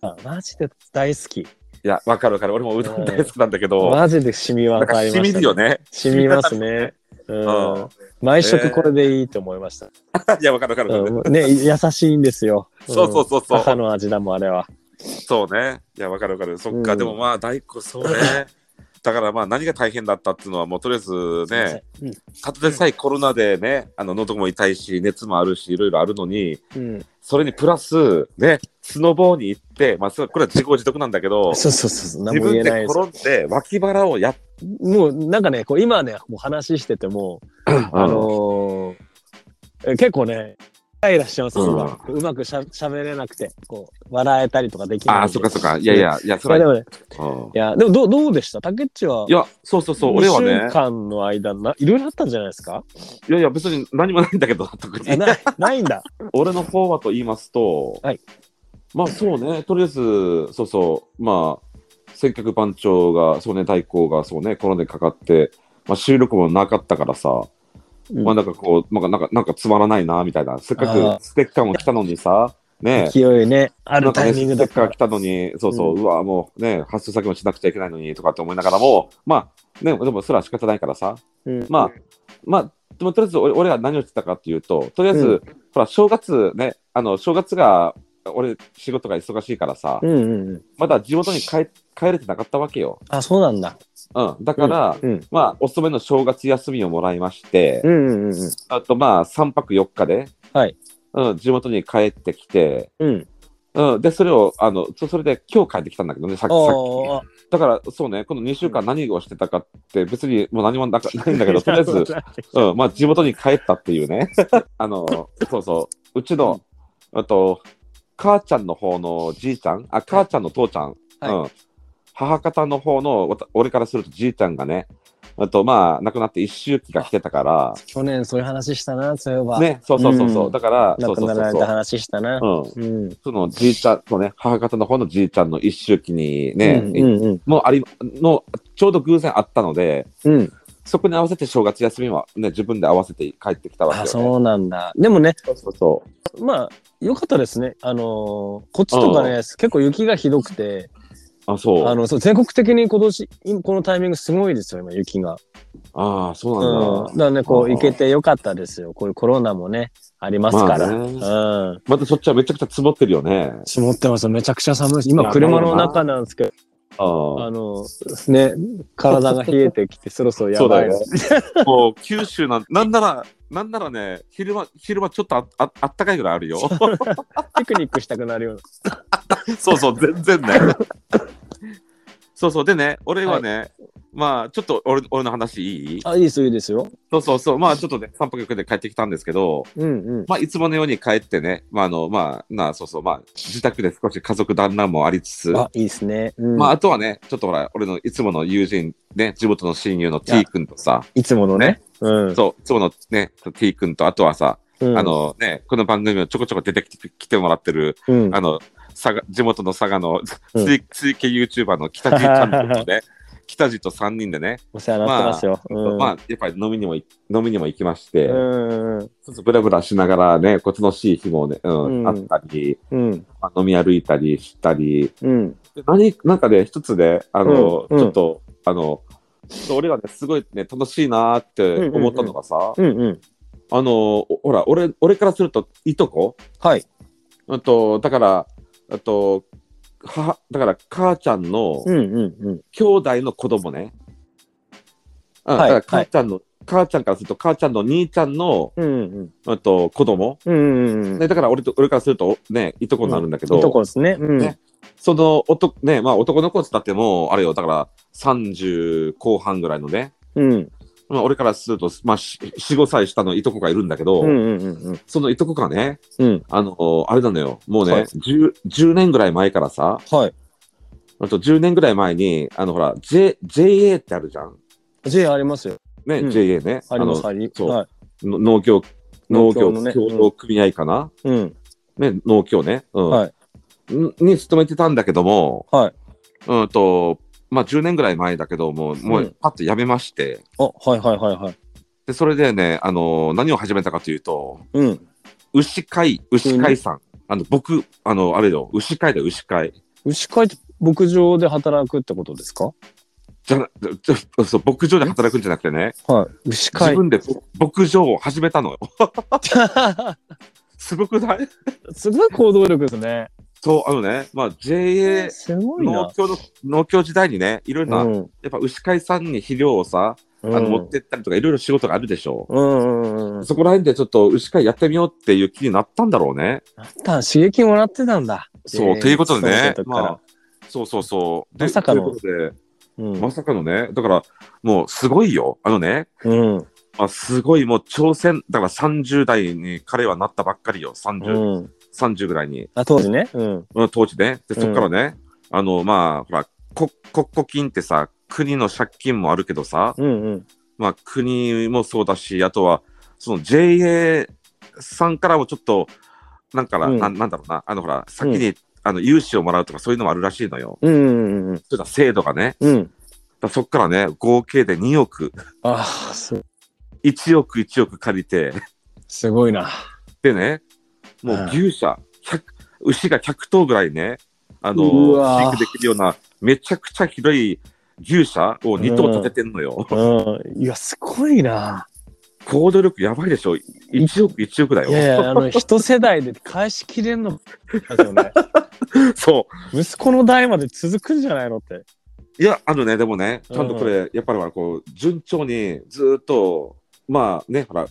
Speaker 3: あマジで大好き。
Speaker 2: いや、わかるわかる。俺もうどん大好きなんだけど、
Speaker 3: マジで染み
Speaker 2: な
Speaker 3: わ
Speaker 2: んか
Speaker 3: かりました、
Speaker 2: 染みるよ。ね。 <laughs>
Speaker 3: 染みますね。
Speaker 2: う
Speaker 3: う
Speaker 2: ん
Speaker 3: ん。毎
Speaker 2: え
Speaker 3: 食
Speaker 2: ー
Speaker 3: これでいいと思いました。
Speaker 2: いや、わかるわかるわかる。
Speaker 3: うん、ね、優しいんですよ。
Speaker 2: そうそうそうそう。
Speaker 3: 母の味だもん、あれは。
Speaker 2: そうね。いや、わかるわかる。そっか、
Speaker 3: うん
Speaker 2: でもまあ、大工、そう
Speaker 3: <laughs>
Speaker 2: ね。だからまあ、何が大変だったっていうのは、もうとりあえずね、
Speaker 3: すい
Speaker 2: た
Speaker 3: ま
Speaker 2: とえさえコロナでね、あの喉も痛いし、熱もあるし、いろいろあるのに、
Speaker 3: せん。うん。
Speaker 2: それにプラス、ね、スノボーに行って、まあ、それこれは自業自得なんだけど、
Speaker 3: そうそうそうそう。何
Speaker 2: 自
Speaker 3: も言
Speaker 2: 分
Speaker 3: えない
Speaker 2: で
Speaker 3: ですよ
Speaker 2: 転んで脇腹をやっ
Speaker 3: もう、なんかね、こう今ね、もう話してても、あ
Speaker 2: あ
Speaker 3: のーえ結構ね、イライラしちゃうんですよ、今うまくしゃ喋れなくて、こう、笑えたりとかできないんで。
Speaker 2: あー、そっかそっか。いやいや、いや、そ
Speaker 3: まあ
Speaker 2: れ
Speaker 3: で
Speaker 2: は、
Speaker 3: もね、
Speaker 2: うん、
Speaker 3: いや、でもどう、どうでした竹内はい
Speaker 2: や、そうそうそう、
Speaker 3: 二
Speaker 2: 俺は
Speaker 3: 週
Speaker 2: ね、
Speaker 3: 間の間な、いろいろあったんじゃないですか
Speaker 2: いやいや、別に何もないんだけど、特
Speaker 3: え
Speaker 2: に。 <laughs>
Speaker 3: ない、ないんだ。
Speaker 2: 俺の方はと言いますと、
Speaker 3: はい
Speaker 2: まあそうね、とりあえず、そうそう、まあ、接客番長が、そうね、代行が、そうね、コロナにかかって、まあ、収録もなかったからさ、まあなんかこう、なんか、なんか、なんかつまらないな、みたいな、せっ
Speaker 3: あー
Speaker 2: かくステッカーも来たのにさ、ね、
Speaker 3: 勢いね、あ
Speaker 2: な
Speaker 3: る
Speaker 2: んか
Speaker 3: タ
Speaker 2: ね
Speaker 3: イミングだ
Speaker 2: ステッカ
Speaker 3: か
Speaker 2: ー来たのに、そうそう、うわ、もうね、発送先もしなくちゃいけないのにとかって思いながらも、まあ、ね、でもそれは仕方ないからさ、
Speaker 3: うん
Speaker 2: まあ、まあ、でもとりあえず俺俺は何をしてたかっていうと、とりあえず、
Speaker 3: うん
Speaker 2: ほら、正月ね、あの、正月が、俺、仕事が忙しいからさ、
Speaker 3: うんうんうん。
Speaker 2: まだ地元に帰帰れてなかったわけよ。
Speaker 3: あ、そうなんだ。
Speaker 2: うん。だから、
Speaker 3: うん。
Speaker 2: まあ、遅めの正月休みをもらいまして、
Speaker 3: うんうんうんうん。
Speaker 2: あとまあ、3泊4日で、
Speaker 3: はい
Speaker 2: うん、地元に帰ってきて、
Speaker 3: うん。
Speaker 2: うん、で、それを、あの、そそれで今日帰ってきたんだけどね、さっき
Speaker 3: あ
Speaker 2: さっ
Speaker 3: ー
Speaker 2: き。だから、そうね、この2週間何をしてたかって、別にもう何もなかないんだけど、とりあえず、うん、まあ地元に帰ったっていうね。 <laughs> あの、そうそう、うちの、あと、母ちゃんの方のじいちゃん、あ、母ちゃんの父ちゃん、
Speaker 3: はい
Speaker 2: うん、母方の方のわた俺からするとじいちゃんがね、あとまあ亡くなって一周期が来てたか
Speaker 3: <laughs> 去年そういう話したな、そういえば。
Speaker 2: ら、ね、そうそうそうそう、
Speaker 3: うん
Speaker 2: だから、そ
Speaker 3: 亡
Speaker 2: う
Speaker 3: く
Speaker 2: そう
Speaker 3: な
Speaker 2: そ
Speaker 3: ら
Speaker 2: う
Speaker 3: れた
Speaker 2: そう。
Speaker 3: 話したな。
Speaker 2: うん、
Speaker 3: うん。
Speaker 2: そのじいちゃんのね、母方の方のじいちゃんの一周期にね、
Speaker 3: うんうん
Speaker 2: もうありのちょうど偶然あったので、
Speaker 3: うん。うん。
Speaker 2: そこに合わせて正月休みは、ね、自分で合わせて帰ってきたわけよ、
Speaker 3: あ、
Speaker 2: ね。
Speaker 3: そうなんだ。でもね、
Speaker 2: そうそうそう。
Speaker 3: まあ、良かったですね。あのーこっちとかね、結構雪がひどくて、
Speaker 2: あ、そう。
Speaker 3: あの、そう、全国的に今年、今このタイミングすごいですよ、今、雪が。
Speaker 2: ああ、そう
Speaker 3: うん。
Speaker 2: なん
Speaker 3: だか
Speaker 2: だ。
Speaker 3: らね、こ
Speaker 2: う
Speaker 3: う、
Speaker 2: ん
Speaker 3: 行けて良かったですよ。こういうコロナもね、ありますから。
Speaker 2: まあね
Speaker 3: うん。
Speaker 2: またそっちはめちゃくちゃ積もってるよね。
Speaker 3: 積もってますよ。めちゃくちゃ寒いし、
Speaker 2: い
Speaker 3: 今、
Speaker 2: や
Speaker 3: 車の中なんですけど、
Speaker 2: あ
Speaker 3: あ
Speaker 2: あ。
Speaker 3: の、ね、体が冷えてきて、そろそろやばいな。
Speaker 2: そう <laughs> もう九州なん、なんなら、なんならね、昼間、昼間ちょっとあああったかいぐらいあるよ。
Speaker 3: ピクニックしたくなるような。
Speaker 2: そうそう、全然
Speaker 3: <laughs>
Speaker 2: ね。そうそう、でね、俺はね、まあ、ちょっと俺俺の話いい
Speaker 3: あ、いいですよ、いいですよ。
Speaker 2: そうそうそう、まあちょっとね、3泊4日で帰ってきたんですけど、
Speaker 3: うんうん。
Speaker 2: まあいつものように帰ってね、まああの、まあ、なあ、そうそう、まあ自宅で少し家族団らんもありつつ、
Speaker 3: あ、いいですね。うん、
Speaker 2: まあ
Speaker 3: まあ、
Speaker 2: あとはね、ちょっとほら、俺のいつもの友人、ね、地元の親友の T 君とさ、
Speaker 3: いつものね。うん。
Speaker 2: そう、いつものね、T 君と、あとはさ、
Speaker 3: うん
Speaker 2: あ、のね、この番組をちょこちょこ出てきてきてもらってる、
Speaker 3: うん、
Speaker 2: あの、佐賀地元の佐賀の
Speaker 3: うん
Speaker 2: 水水系 YouTuber の北地チャンネル
Speaker 3: <laughs>
Speaker 2: のね、北地と3人でね、
Speaker 3: お世話になってますよ。うん。
Speaker 2: まあ、やっぱり飲みにもい飲みにも行きまして、
Speaker 3: うんうん
Speaker 2: ちょっとブラブラしながらね、こっちのしい日もね、うん
Speaker 3: うん
Speaker 2: あったり、
Speaker 3: うん
Speaker 2: まあ飲み歩いたりしたり、
Speaker 3: うん
Speaker 2: で何なんかね、一つね、あの、
Speaker 3: うん
Speaker 2: ちょっと、あの、ちょっと俺はね、すごいね、楽しいなーって思ったのがさ、
Speaker 3: うんうん
Speaker 2: あの、おほら、俺、俺からすると、いとこ、
Speaker 3: はい
Speaker 2: あと、だから、あと、は、だから、母ちゃんの
Speaker 3: うんうんうん
Speaker 2: 兄弟の子供ね。うん、
Speaker 3: はい
Speaker 2: だから母ちゃんの、母ちゃんからすると、母ちゃんの兄ちゃんの、
Speaker 3: うんうん
Speaker 2: あと、子供。
Speaker 3: うんうんうん
Speaker 2: ね、だから俺と、俺からすると、ね、いとこになるんだけど、
Speaker 3: いいとこですね。うん
Speaker 2: ねその、おと、ね、まあ、男の子って言ったってもう、あれよ、だから、30後半ぐらいのね、
Speaker 3: うん
Speaker 2: まあ、俺からすると、まあ、4、5歳下のいとこがいるんだけど、
Speaker 3: うんうんうん
Speaker 2: そのいとこがね、
Speaker 3: うん。うん。
Speaker 2: あの、あれなのよ、もうね、
Speaker 3: はい
Speaker 2: 10, 10年ぐらい前からさ、
Speaker 3: はい。
Speaker 2: あと10年ぐらい前に、あの、ほら、J、JA ってあるじゃん。
Speaker 3: J ありますよ。
Speaker 2: ね、
Speaker 3: うん
Speaker 2: JA ね。
Speaker 3: あります。
Speaker 2: の
Speaker 3: あり
Speaker 2: そう
Speaker 3: はい。
Speaker 2: の農業、農業
Speaker 3: 農協のね
Speaker 2: 協同組合かな、
Speaker 3: うん。
Speaker 2: ね、農協ね。うん。
Speaker 3: はい
Speaker 2: んに勤めてたんだけども、
Speaker 3: はい。
Speaker 2: うんと、まあ10年ぐらい前だけども、も
Speaker 3: うん
Speaker 2: うパッと辞めまして、
Speaker 3: あ、はいはいはいはい。
Speaker 2: で、それでね、あの何を始めたかというと、
Speaker 3: うん。
Speaker 2: 牛飼い、牛飼いさん。あの、僕、あの、あれよ、牛飼いだよ、牛飼い。
Speaker 3: 牛飼いって牧場で働くってことですか
Speaker 2: じゃな、じゃそう、牧場で働くんじゃなくてね、
Speaker 3: はい。牛飼
Speaker 2: 自
Speaker 3: い。
Speaker 2: 分で牧場を始めたの
Speaker 3: <laughs>
Speaker 2: よ。すごくない
Speaker 3: すごい行動力ですね。
Speaker 2: そう、あのね、まあ JA
Speaker 3: すごい
Speaker 2: 農
Speaker 3: な。
Speaker 2: 協の、農協時代にね、いろいろな、
Speaker 3: うん。
Speaker 2: やっぱ牛飼いさんに肥料をさ、
Speaker 3: あ
Speaker 2: あの持ってったりとか、いろいろ仕事があるでしょ
Speaker 3: うんうんうんうん。
Speaker 2: そこら辺でちょっと牛飼いやってみようっていう気になったんだろうね。
Speaker 3: あったん刺激もらってたんだ。
Speaker 2: そう、
Speaker 3: えー
Speaker 2: ということでね
Speaker 3: その時、か
Speaker 2: まあ
Speaker 3: ら、
Speaker 2: そうそうそう。で
Speaker 3: まさかの
Speaker 2: というこ
Speaker 3: うん
Speaker 2: とで、まさかのね、だから、もうすごいよ。あのね、
Speaker 3: うん
Speaker 2: まあ、すごいもう挑戦、だから30代に彼はなったばっかりよ、30、
Speaker 3: うん。
Speaker 2: 30ぐらいに、
Speaker 3: あ、当時ね。うん。
Speaker 2: うん当時ね。で、そっからね、あの、まあ、ほら、こ国庫金ってさ、国の借金もあるけどさ、
Speaker 3: うんうん。
Speaker 2: まあ、国もそうだし、あとは、その JA さんからもちょっと、なんから、
Speaker 3: うん
Speaker 2: ななんだろうな、あの、ほら、先に、あの融資をもらうとか、そういうのもあるらしいのよ。
Speaker 3: うんうんうん
Speaker 2: そういうのは制度がね。
Speaker 3: うん。うん。
Speaker 2: だからそっからね、合計で2億、
Speaker 3: ああ、す
Speaker 2: 1億、1億借りて、
Speaker 3: すごいな。
Speaker 2: でね、もう牛舎、100牛が100頭ぐらいね、あの、
Speaker 3: うわー
Speaker 2: 飼育できるような、めちゃくちゃ広い牛舎を2頭建ててんのよ。
Speaker 3: うん。いや、すごいな。
Speaker 2: 行動力やばいでしょ ?1 億、1億だ
Speaker 3: いやい
Speaker 2: よ。
Speaker 3: や、あの、一世代で返しきれんの。です
Speaker 2: <laughs>
Speaker 3: よね。
Speaker 2: そう。
Speaker 3: 息子の代まで続くんじゃないのって。
Speaker 2: いや、あのね、でもね、ちゃんとこれ、やっぱりほらこう、順調にずーっと、まあね、ほら、う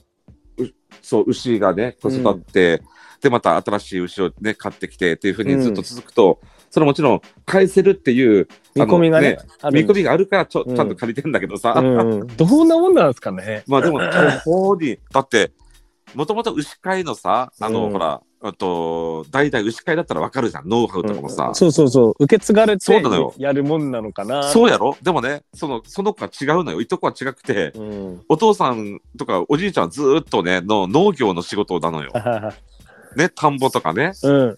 Speaker 2: そう、牛がね、こう育って、で、また新しい牛をね、買ってきてっていうふうにずっと続くと、それもちろん、返せるっていう、あ
Speaker 3: 見
Speaker 2: の
Speaker 3: 込みがね。ある
Speaker 2: 見
Speaker 3: んで
Speaker 2: 込みがあるからちょ、
Speaker 3: うん
Speaker 2: ちゃんと借りてんだけどさ、
Speaker 3: うんうん。どんなもんなんですかね。
Speaker 2: まあでも、こうに、だって、もともと牛飼いのさ、あの、
Speaker 3: うん
Speaker 2: ほら、あと、代々牛飼いだったらわかるじゃん、ノウハウとかもさ。
Speaker 3: そうそうそう。受け継がれ
Speaker 2: そう
Speaker 3: て
Speaker 2: なのよ
Speaker 3: やるもんなのかな。
Speaker 2: そうやろでもね、その、その子は違うのよ。いとこは違くて、
Speaker 3: うん。
Speaker 2: お父さんとかおじいちゃんはずーっとね、の農業の仕事なのよ
Speaker 3: あ。はは
Speaker 2: ね、田んぼとかね、
Speaker 3: うん。
Speaker 2: そう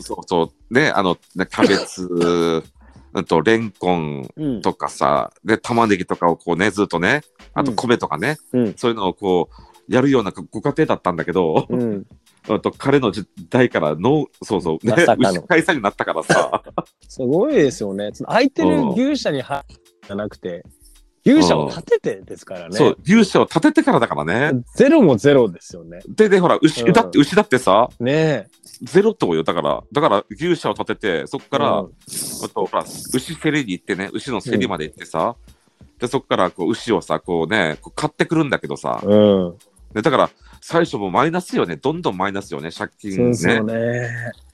Speaker 2: そうそう、ね、あの、ね、キャベツ、 <laughs> うんと、レンコン
Speaker 3: うん。
Speaker 2: とかさ、で、玉ねぎとかをこうね、ずっとね、あと
Speaker 3: うん
Speaker 2: 米とかね、
Speaker 3: うん
Speaker 2: そういうのをこう、やるようなごご家庭だったんだけど、
Speaker 3: うん。
Speaker 2: うんと彼の時代から農、そうそう、ね
Speaker 3: まさかの
Speaker 2: 牛飼いさんになったからさ、
Speaker 3: すごいですよね。その空いてる牛舎に入るじゃなくて、牛舎を建ててですからね。
Speaker 2: そう、牛舎を建ててからだからね。
Speaker 3: ゼロもゼロですよね。
Speaker 2: で、で、ほら、牛、
Speaker 3: うん
Speaker 2: だって、牛だってさ、
Speaker 3: ねえ。
Speaker 2: ゼロってことよ。だから、だから、牛舎を建てて、そこから、あ
Speaker 3: うん
Speaker 2: と、ほら、牛競りに行ってね、牛の競りまで行ってさ、で、そこから、こう、牛をさ、こうね、こう買ってくるんだけどさ、
Speaker 3: うん。
Speaker 2: でだから、最初もうマイナスよね、どんどんマイナスよね、借金
Speaker 3: そう
Speaker 2: ね。
Speaker 3: です
Speaker 2: で
Speaker 3: よ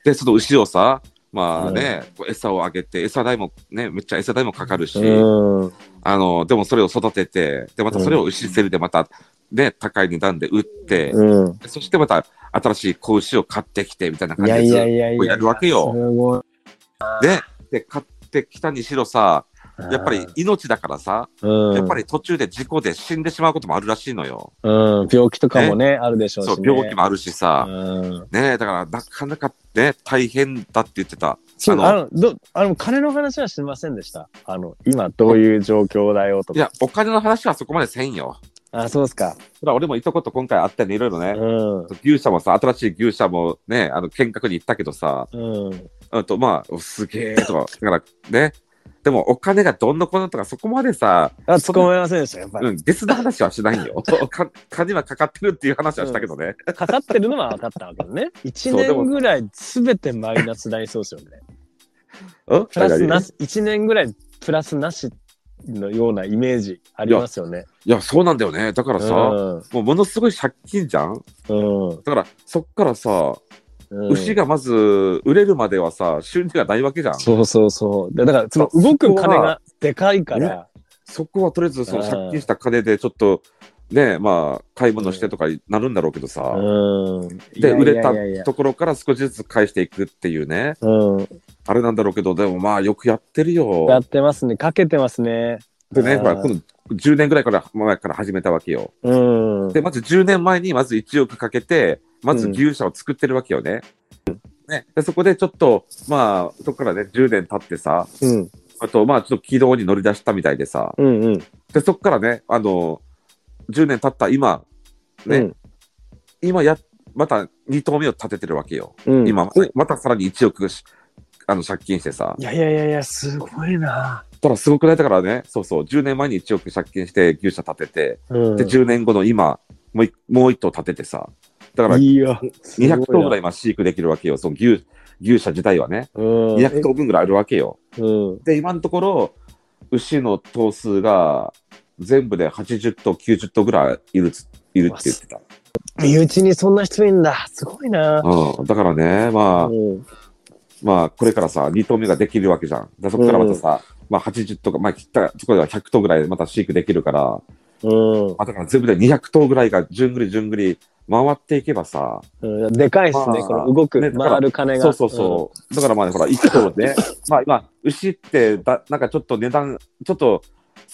Speaker 3: ね。
Speaker 2: その牛をさ、まあね、こう餌をあげて、餌代もね、めっちゃ餌代もかかるし、
Speaker 3: うん。
Speaker 2: あの、でもそれを育てて、で、またそれを牛競りでまた、ね、高い値段で売って、
Speaker 3: うん。
Speaker 2: そしてまた、新しい子牛を買ってきて、みたいな感
Speaker 3: い
Speaker 2: じ
Speaker 3: や
Speaker 2: で
Speaker 3: い
Speaker 2: ずっ
Speaker 3: やいやい
Speaker 2: こう
Speaker 3: や。
Speaker 2: やるわけよ
Speaker 3: すごい。
Speaker 2: ね、で、買ってきたにしろさ、やっぱり命だからさ、
Speaker 3: うん、
Speaker 2: やっぱり途中で事故で死んでしまうこともあるらしいのよ。
Speaker 3: うん、病気とかもね、あるでしょうし、ね。
Speaker 2: そう、病気もあるしさ、
Speaker 3: うん。
Speaker 2: ねだからなかなかね、大変だって言ってた。
Speaker 3: そう
Speaker 2: あの
Speaker 3: あの、ど、あの、金の話はしてませんでした。あの、今どういう状況だよと
Speaker 2: い
Speaker 3: か。
Speaker 2: や、お金の話はそこまでせんよ。
Speaker 3: あ、そうですか。
Speaker 2: ほら、俺もいとこと今回会ったね、いろいろ
Speaker 3: う
Speaker 2: ね。
Speaker 3: ん。
Speaker 2: 牛舎もさ、新しい牛舎もね、あの、見学に行ったけどさ、
Speaker 3: うん。
Speaker 2: うんと、まあ、おすげえとか、だからね、でもお金がどんのこのとか、そこまでさ、
Speaker 3: あ、突っ込めませんでした。やっぱり。
Speaker 2: うん、ゲスな話はしないよ。か <laughs> 金はかかってるっていう話はしたけどね。
Speaker 3: かかってるのは分かったわけだね。1
Speaker 2: そうでも
Speaker 3: 年ぐらい全てマイナスになりそうですよね。
Speaker 2: うん
Speaker 3: プラスなし、1年ぐらいプラスなしのようなイメージありますよね。
Speaker 2: いや、そうなんだよね。だから
Speaker 3: う
Speaker 2: さ、
Speaker 3: ん。
Speaker 2: もうものすごい借金じゃん
Speaker 3: うん。
Speaker 2: だから、そっからさ、
Speaker 3: うん
Speaker 2: 牛がまず売れるまではさ、収入がないわけじゃん。そ
Speaker 3: そうそうそう。でだから、その動く金がでかいから、
Speaker 2: そこはとりあえずその借金した金でちょっとねまあ買い物してとかになるんだろうけどさ、
Speaker 3: うん。
Speaker 2: で売れ
Speaker 3: いやいやいや
Speaker 2: たところから少しずつ返していくっていうね
Speaker 3: うん。
Speaker 2: あれなんだろうけどでもまあよくやってる
Speaker 3: や
Speaker 2: よ
Speaker 3: ってますね。かけてますね。
Speaker 2: でね
Speaker 3: あー
Speaker 2: ほらこの10年ぐらいから前から始めたわけよ
Speaker 3: うん。
Speaker 2: でまず10年前にまず1億かけてまず牛舎を作ってるわけよね、ね、でそこでちょっとまあそこからね10年経ってさ
Speaker 3: うん。
Speaker 2: あとまあちょっと軌道に乗り出したみたいでさ
Speaker 3: うんうん。
Speaker 2: でそこからねあの10年経った今ね、
Speaker 3: うん
Speaker 2: 今やまた2頭目を立ててるわけよ、
Speaker 3: うん。
Speaker 2: 今またまたさらに1億しあの借金してさ
Speaker 3: いやいやいやいや、すごいな。
Speaker 2: だからすごくないだからねそうそう10年前に1億借金して牛舎立てて
Speaker 3: うん。
Speaker 2: で10年後の今もういもう1頭立ててさだから
Speaker 3: いや、
Speaker 2: 200頭ぐらい
Speaker 3: い。
Speaker 2: 今飼育できるわけよその牛牛舎自体はね
Speaker 3: うん。
Speaker 2: 200頭分ぐらいあるわけよ
Speaker 3: うん。
Speaker 2: で今のところ牛の頭数が全部で80頭90頭ぐらいいるついるって言ってた、
Speaker 3: 身内にそんな人いんだ。すごいな。
Speaker 2: うん、だからねまあ、
Speaker 3: うん。
Speaker 2: まあこれからさ2頭目ができるわけじゃんでそこからまたさ、まあ80頭かまあ切ったそこでは100頭ぐらいまた飼育できるから、
Speaker 3: うん
Speaker 2: まあ、だから全部で200頭ぐらいがじゅんぐりじゅんぐり回っていけばさ
Speaker 3: うん。でかいっすね。
Speaker 2: まあ
Speaker 3: この動く、
Speaker 2: ねだから
Speaker 3: 回る金が。
Speaker 2: そうそうそう、だからまあねほら1頭でまあ今牛ってだなんかちょっと値段ちょっと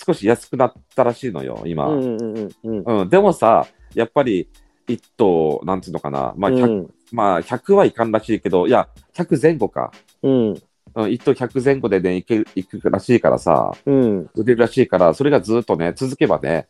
Speaker 2: 少し安くなったらしいのよ今、
Speaker 3: うん。うんうんうんうん。
Speaker 2: うん、でもさ、やっぱり一頭、なんていうのかな、まあ 100,、
Speaker 3: うん
Speaker 2: まあ、100はいかんらしいけど、いや、100前後か。
Speaker 3: うん。
Speaker 2: うん、一頭100前後でね、いけいくらしいからさ、
Speaker 3: うん。
Speaker 2: 売れるらしいから、それがずっとね、続けばね、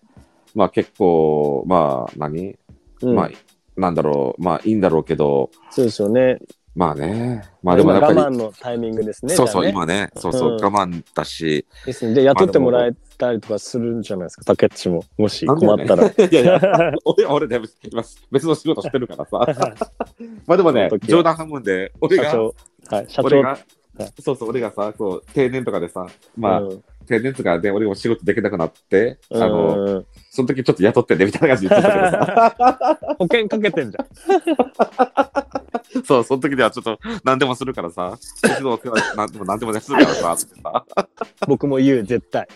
Speaker 2: まあ結構、まあ何、
Speaker 3: うん。
Speaker 2: まあ、なんだろう、まあいいんだろうけど、
Speaker 3: そうですよね。
Speaker 2: まあね、まあでもやっ
Speaker 3: 今
Speaker 2: ぱり、
Speaker 3: 我慢のタイミングですね。
Speaker 2: そうそう、
Speaker 3: じゃ
Speaker 2: 今
Speaker 3: あね
Speaker 2: ね、そうそう、
Speaker 3: うん
Speaker 2: 我慢だし、
Speaker 3: ですね。で、雇ってもらえたりとかするんじゃないですか、竹内も。もし
Speaker 2: なんで
Speaker 3: 困
Speaker 2: よね
Speaker 3: ったら。
Speaker 2: <laughs> いや
Speaker 3: <laughs>
Speaker 2: いや、俺、俺ね、今別の仕事してるからさ、 <laughs> まあでもね
Speaker 3: その、時は
Speaker 2: 冗談半分で、俺
Speaker 3: 社
Speaker 2: が、
Speaker 3: 長。はい、社
Speaker 2: 俺
Speaker 3: 長。
Speaker 2: が、そうそう、俺がさ、こう、定年とかでさ、まあ、
Speaker 3: うん
Speaker 2: 定年とかで俺も仕事できなくなって、あの、
Speaker 3: うん
Speaker 2: その時ちょっと雇ってね、みたいな感じで言ってたけどさ、
Speaker 3: 保険かけてんじゃん。
Speaker 2: <laughs>
Speaker 3: <laughs>
Speaker 2: そう、その時ではちょっと何でもするからさ、うちのお世話何でも何でもねするからさ、ってさ、
Speaker 3: 僕も <laughs> 言う、絶対。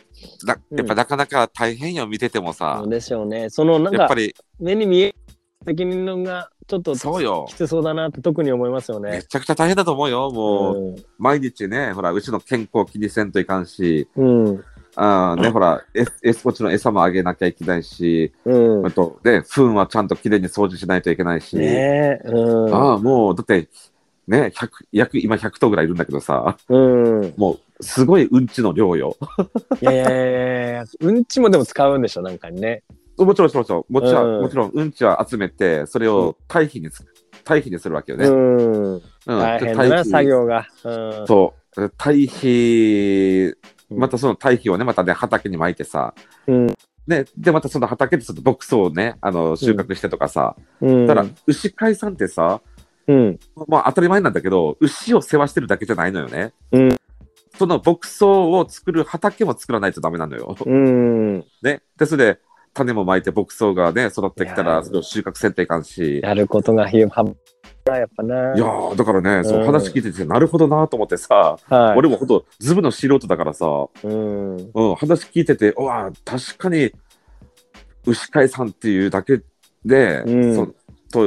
Speaker 2: なやっぱなかなか大変よ、見ててもさ
Speaker 3: そう、でしょうね。その、なん
Speaker 2: やっぱ
Speaker 3: か、
Speaker 2: り、
Speaker 3: 目に見え、責任がちょっとき
Speaker 2: そうよ。
Speaker 3: つそうだなって特に思いますよ
Speaker 2: め
Speaker 3: ね。
Speaker 2: ちゃくちゃ大変だと思うよ、もう、毎日ね、ほら、うちの健康気にせんといかんし、
Speaker 3: うん。うん。
Speaker 2: あーね、ほら、え、え、こっちの餌もあげなきゃいけないし、
Speaker 3: うん
Speaker 2: あ。と、で、糞はちゃんときれいに掃除しないといけないし、
Speaker 3: ねえ。うん。
Speaker 2: ああ、もう、だって、ね、100約今100頭ぐらいいるんだけどさ、
Speaker 3: うん。
Speaker 2: もう、すごいうんちの量よ。
Speaker 3: いやいやいやいや、うんちもでも使うんでしょ、なんかにね。
Speaker 2: もちろん、もちろん、もちろん、
Speaker 3: うん
Speaker 2: もちろんうんちは集めて、それを堆肥につ、堆肥にするわけよね。
Speaker 3: うん。
Speaker 2: うん
Speaker 3: 大変だ
Speaker 2: 堆
Speaker 3: な、
Speaker 2: 肥
Speaker 3: 作業が。うん。
Speaker 2: そう。堆肥、
Speaker 3: うん
Speaker 2: またその堆肥をね、またね、畑に巻いてさ、
Speaker 3: うん
Speaker 2: ね、で、またその畑でちょっと牧草をね、あの、収穫してとかさ、
Speaker 3: うん。
Speaker 2: だから、牛飼いさんってさ、
Speaker 3: うん。
Speaker 2: まあ当たり前なんだけど、牛を世話してるだけじゃないのよね。
Speaker 3: うん
Speaker 2: その牧草を作る畑も作らないとダメなのよ。
Speaker 3: うん。
Speaker 2: ね。で、それで種もまいて牧草がね、育ってきた
Speaker 3: いや
Speaker 2: ら、
Speaker 3: ー
Speaker 2: それを収穫せんといかんし。いや
Speaker 3: やることがひはやっぱな。
Speaker 2: ー、だからね、そううん話聞いてて、なるほどなと思ってさ、
Speaker 3: はい。
Speaker 2: 俺もほんと、ズブの素人だからさ、
Speaker 3: うん。
Speaker 2: うん、話聞いてて、うわー、確かに、牛飼いさんっていうだけで、
Speaker 3: うん
Speaker 2: そ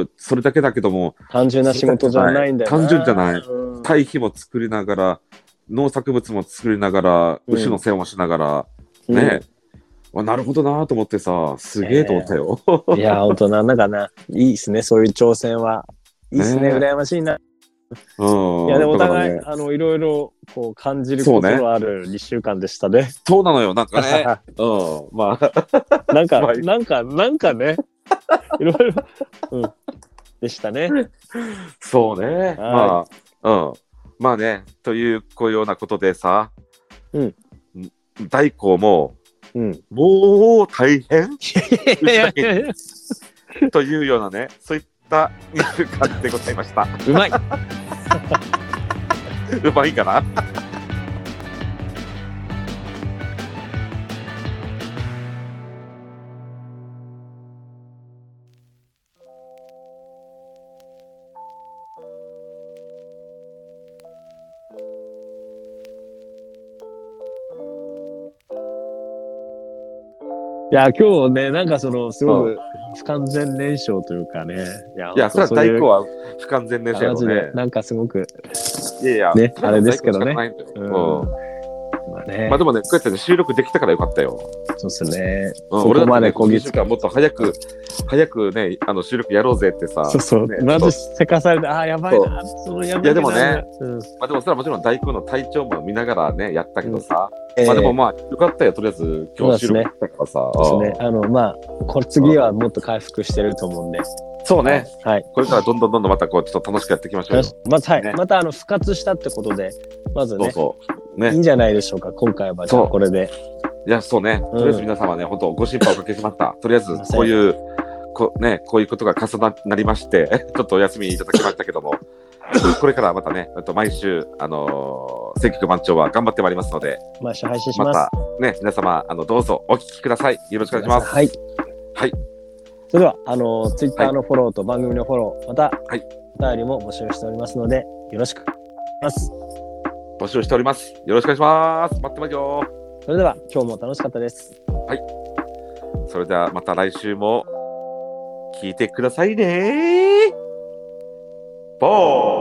Speaker 2: とそれだけだけども、
Speaker 3: 単純な仕事じゃないんだよな。
Speaker 2: 単純じゃない
Speaker 3: うん
Speaker 2: 堆肥も作りながら農作物も作りながら
Speaker 3: うん
Speaker 2: 牛の世話もしながら、ね、あなるほどなと思ってさすげえと思ったよ、
Speaker 3: うんいや、本当なんだかな。いいっすね、そういう挑戦は。いいっすね、
Speaker 2: ね
Speaker 3: 羨ましいな。
Speaker 2: うん
Speaker 3: いや、でもお
Speaker 2: だから
Speaker 3: 互い、
Speaker 2: ね
Speaker 3: あの、いろいろ、こう、感じること
Speaker 2: そうね
Speaker 3: のある2週間でしたね。
Speaker 2: そうなのよなんか
Speaker 3: <laughs>
Speaker 2: ね、うん、まあ <laughs>
Speaker 3: なん
Speaker 2: ま
Speaker 3: か、
Speaker 2: あ
Speaker 3: なんか、なん
Speaker 2: <laughs>
Speaker 3: かね、いろいろ、うん、でしたね。
Speaker 2: そうねまあうんまあねというこういうようなことでさ、
Speaker 3: うん
Speaker 2: 大工も
Speaker 3: うん。
Speaker 2: もう大変
Speaker 3: いやいやいや
Speaker 2: というようなねそういった2週間でございました
Speaker 3: うまい。
Speaker 2: うまいかな
Speaker 3: いや、今日ね、なんかその、すごく不完全燃焼というかね。いや
Speaker 2: いや、それは
Speaker 3: うい
Speaker 2: 大
Speaker 3: う
Speaker 2: 工は不完全燃焼やろ
Speaker 3: 話で
Speaker 2: ね。
Speaker 3: なんかすごく、
Speaker 2: いやいや、
Speaker 3: ね
Speaker 2: そは
Speaker 3: あれですけどね
Speaker 2: 大工しかないんだ
Speaker 3: うん
Speaker 2: ようん
Speaker 3: まあね
Speaker 2: まあ、でもね、こうやってね収録できたからよかったよ。
Speaker 3: そうですね。
Speaker 2: うん
Speaker 3: そこまでこ
Speaker 2: 俺
Speaker 3: ぎ
Speaker 2: だってねこの一週間もっと早く、早くね、あの収録やろうぜってさ。
Speaker 3: そうそう
Speaker 2: ね、
Speaker 3: ま
Speaker 2: ちょ
Speaker 3: ず
Speaker 2: っ
Speaker 3: せかされて、ああ、やばいな、そのやばいない
Speaker 2: やでもね、
Speaker 3: うん
Speaker 2: とまあ、でもそれはもちろん大工の体調も見ながらね、やったけどさ。
Speaker 3: えー
Speaker 2: まあでもまあ、よかったよ、とりあえず今日収録できたからさ。
Speaker 3: そうですね、あの、まあ、これ次はもっと回復してると思うんで、
Speaker 2: うんそうね。
Speaker 3: はい。
Speaker 2: これからどんどんどんどんまたこう、ちょっと楽しくやっていきましょうよ。
Speaker 3: まず、はい
Speaker 2: ね、
Speaker 3: また、あの、復活したってことで、まず
Speaker 2: そう
Speaker 3: ね、
Speaker 2: そう。
Speaker 3: いい
Speaker 2: ね。
Speaker 3: んじゃないでしょうか、今回は、じゃ
Speaker 2: そ
Speaker 3: あ
Speaker 2: う
Speaker 3: これで。
Speaker 2: いや、そうね。
Speaker 3: うん
Speaker 2: とりあえず皆様ね、本当ご心配おかけしま
Speaker 3: <laughs>
Speaker 2: した。とりあえず、こういう、こうね、こういうことが重ななりまして、 <laughs> ちょっとお休みいただきましたけど
Speaker 3: <laughs>
Speaker 2: も、これからまたね、あと毎週、あのー、選挙区番長は頑張ってまいりますので、
Speaker 3: 毎週配信し
Speaker 2: ま
Speaker 3: ます。
Speaker 2: た、ね、皆様、あの、どうぞお聞きください。よろしくお願いします。
Speaker 3: はい。
Speaker 2: はい。
Speaker 3: それでは、あの、ツイッターのフォローと番組のフォロー、また、
Speaker 2: はい
Speaker 3: お便りも募集しておりますので、よろしくお願いします。
Speaker 2: 募集しております。よろしくお願いします。待ってますよ。
Speaker 3: それでは、今日も楽しかったです。
Speaker 2: それでは、また来週も、聞いてくださいね。ボー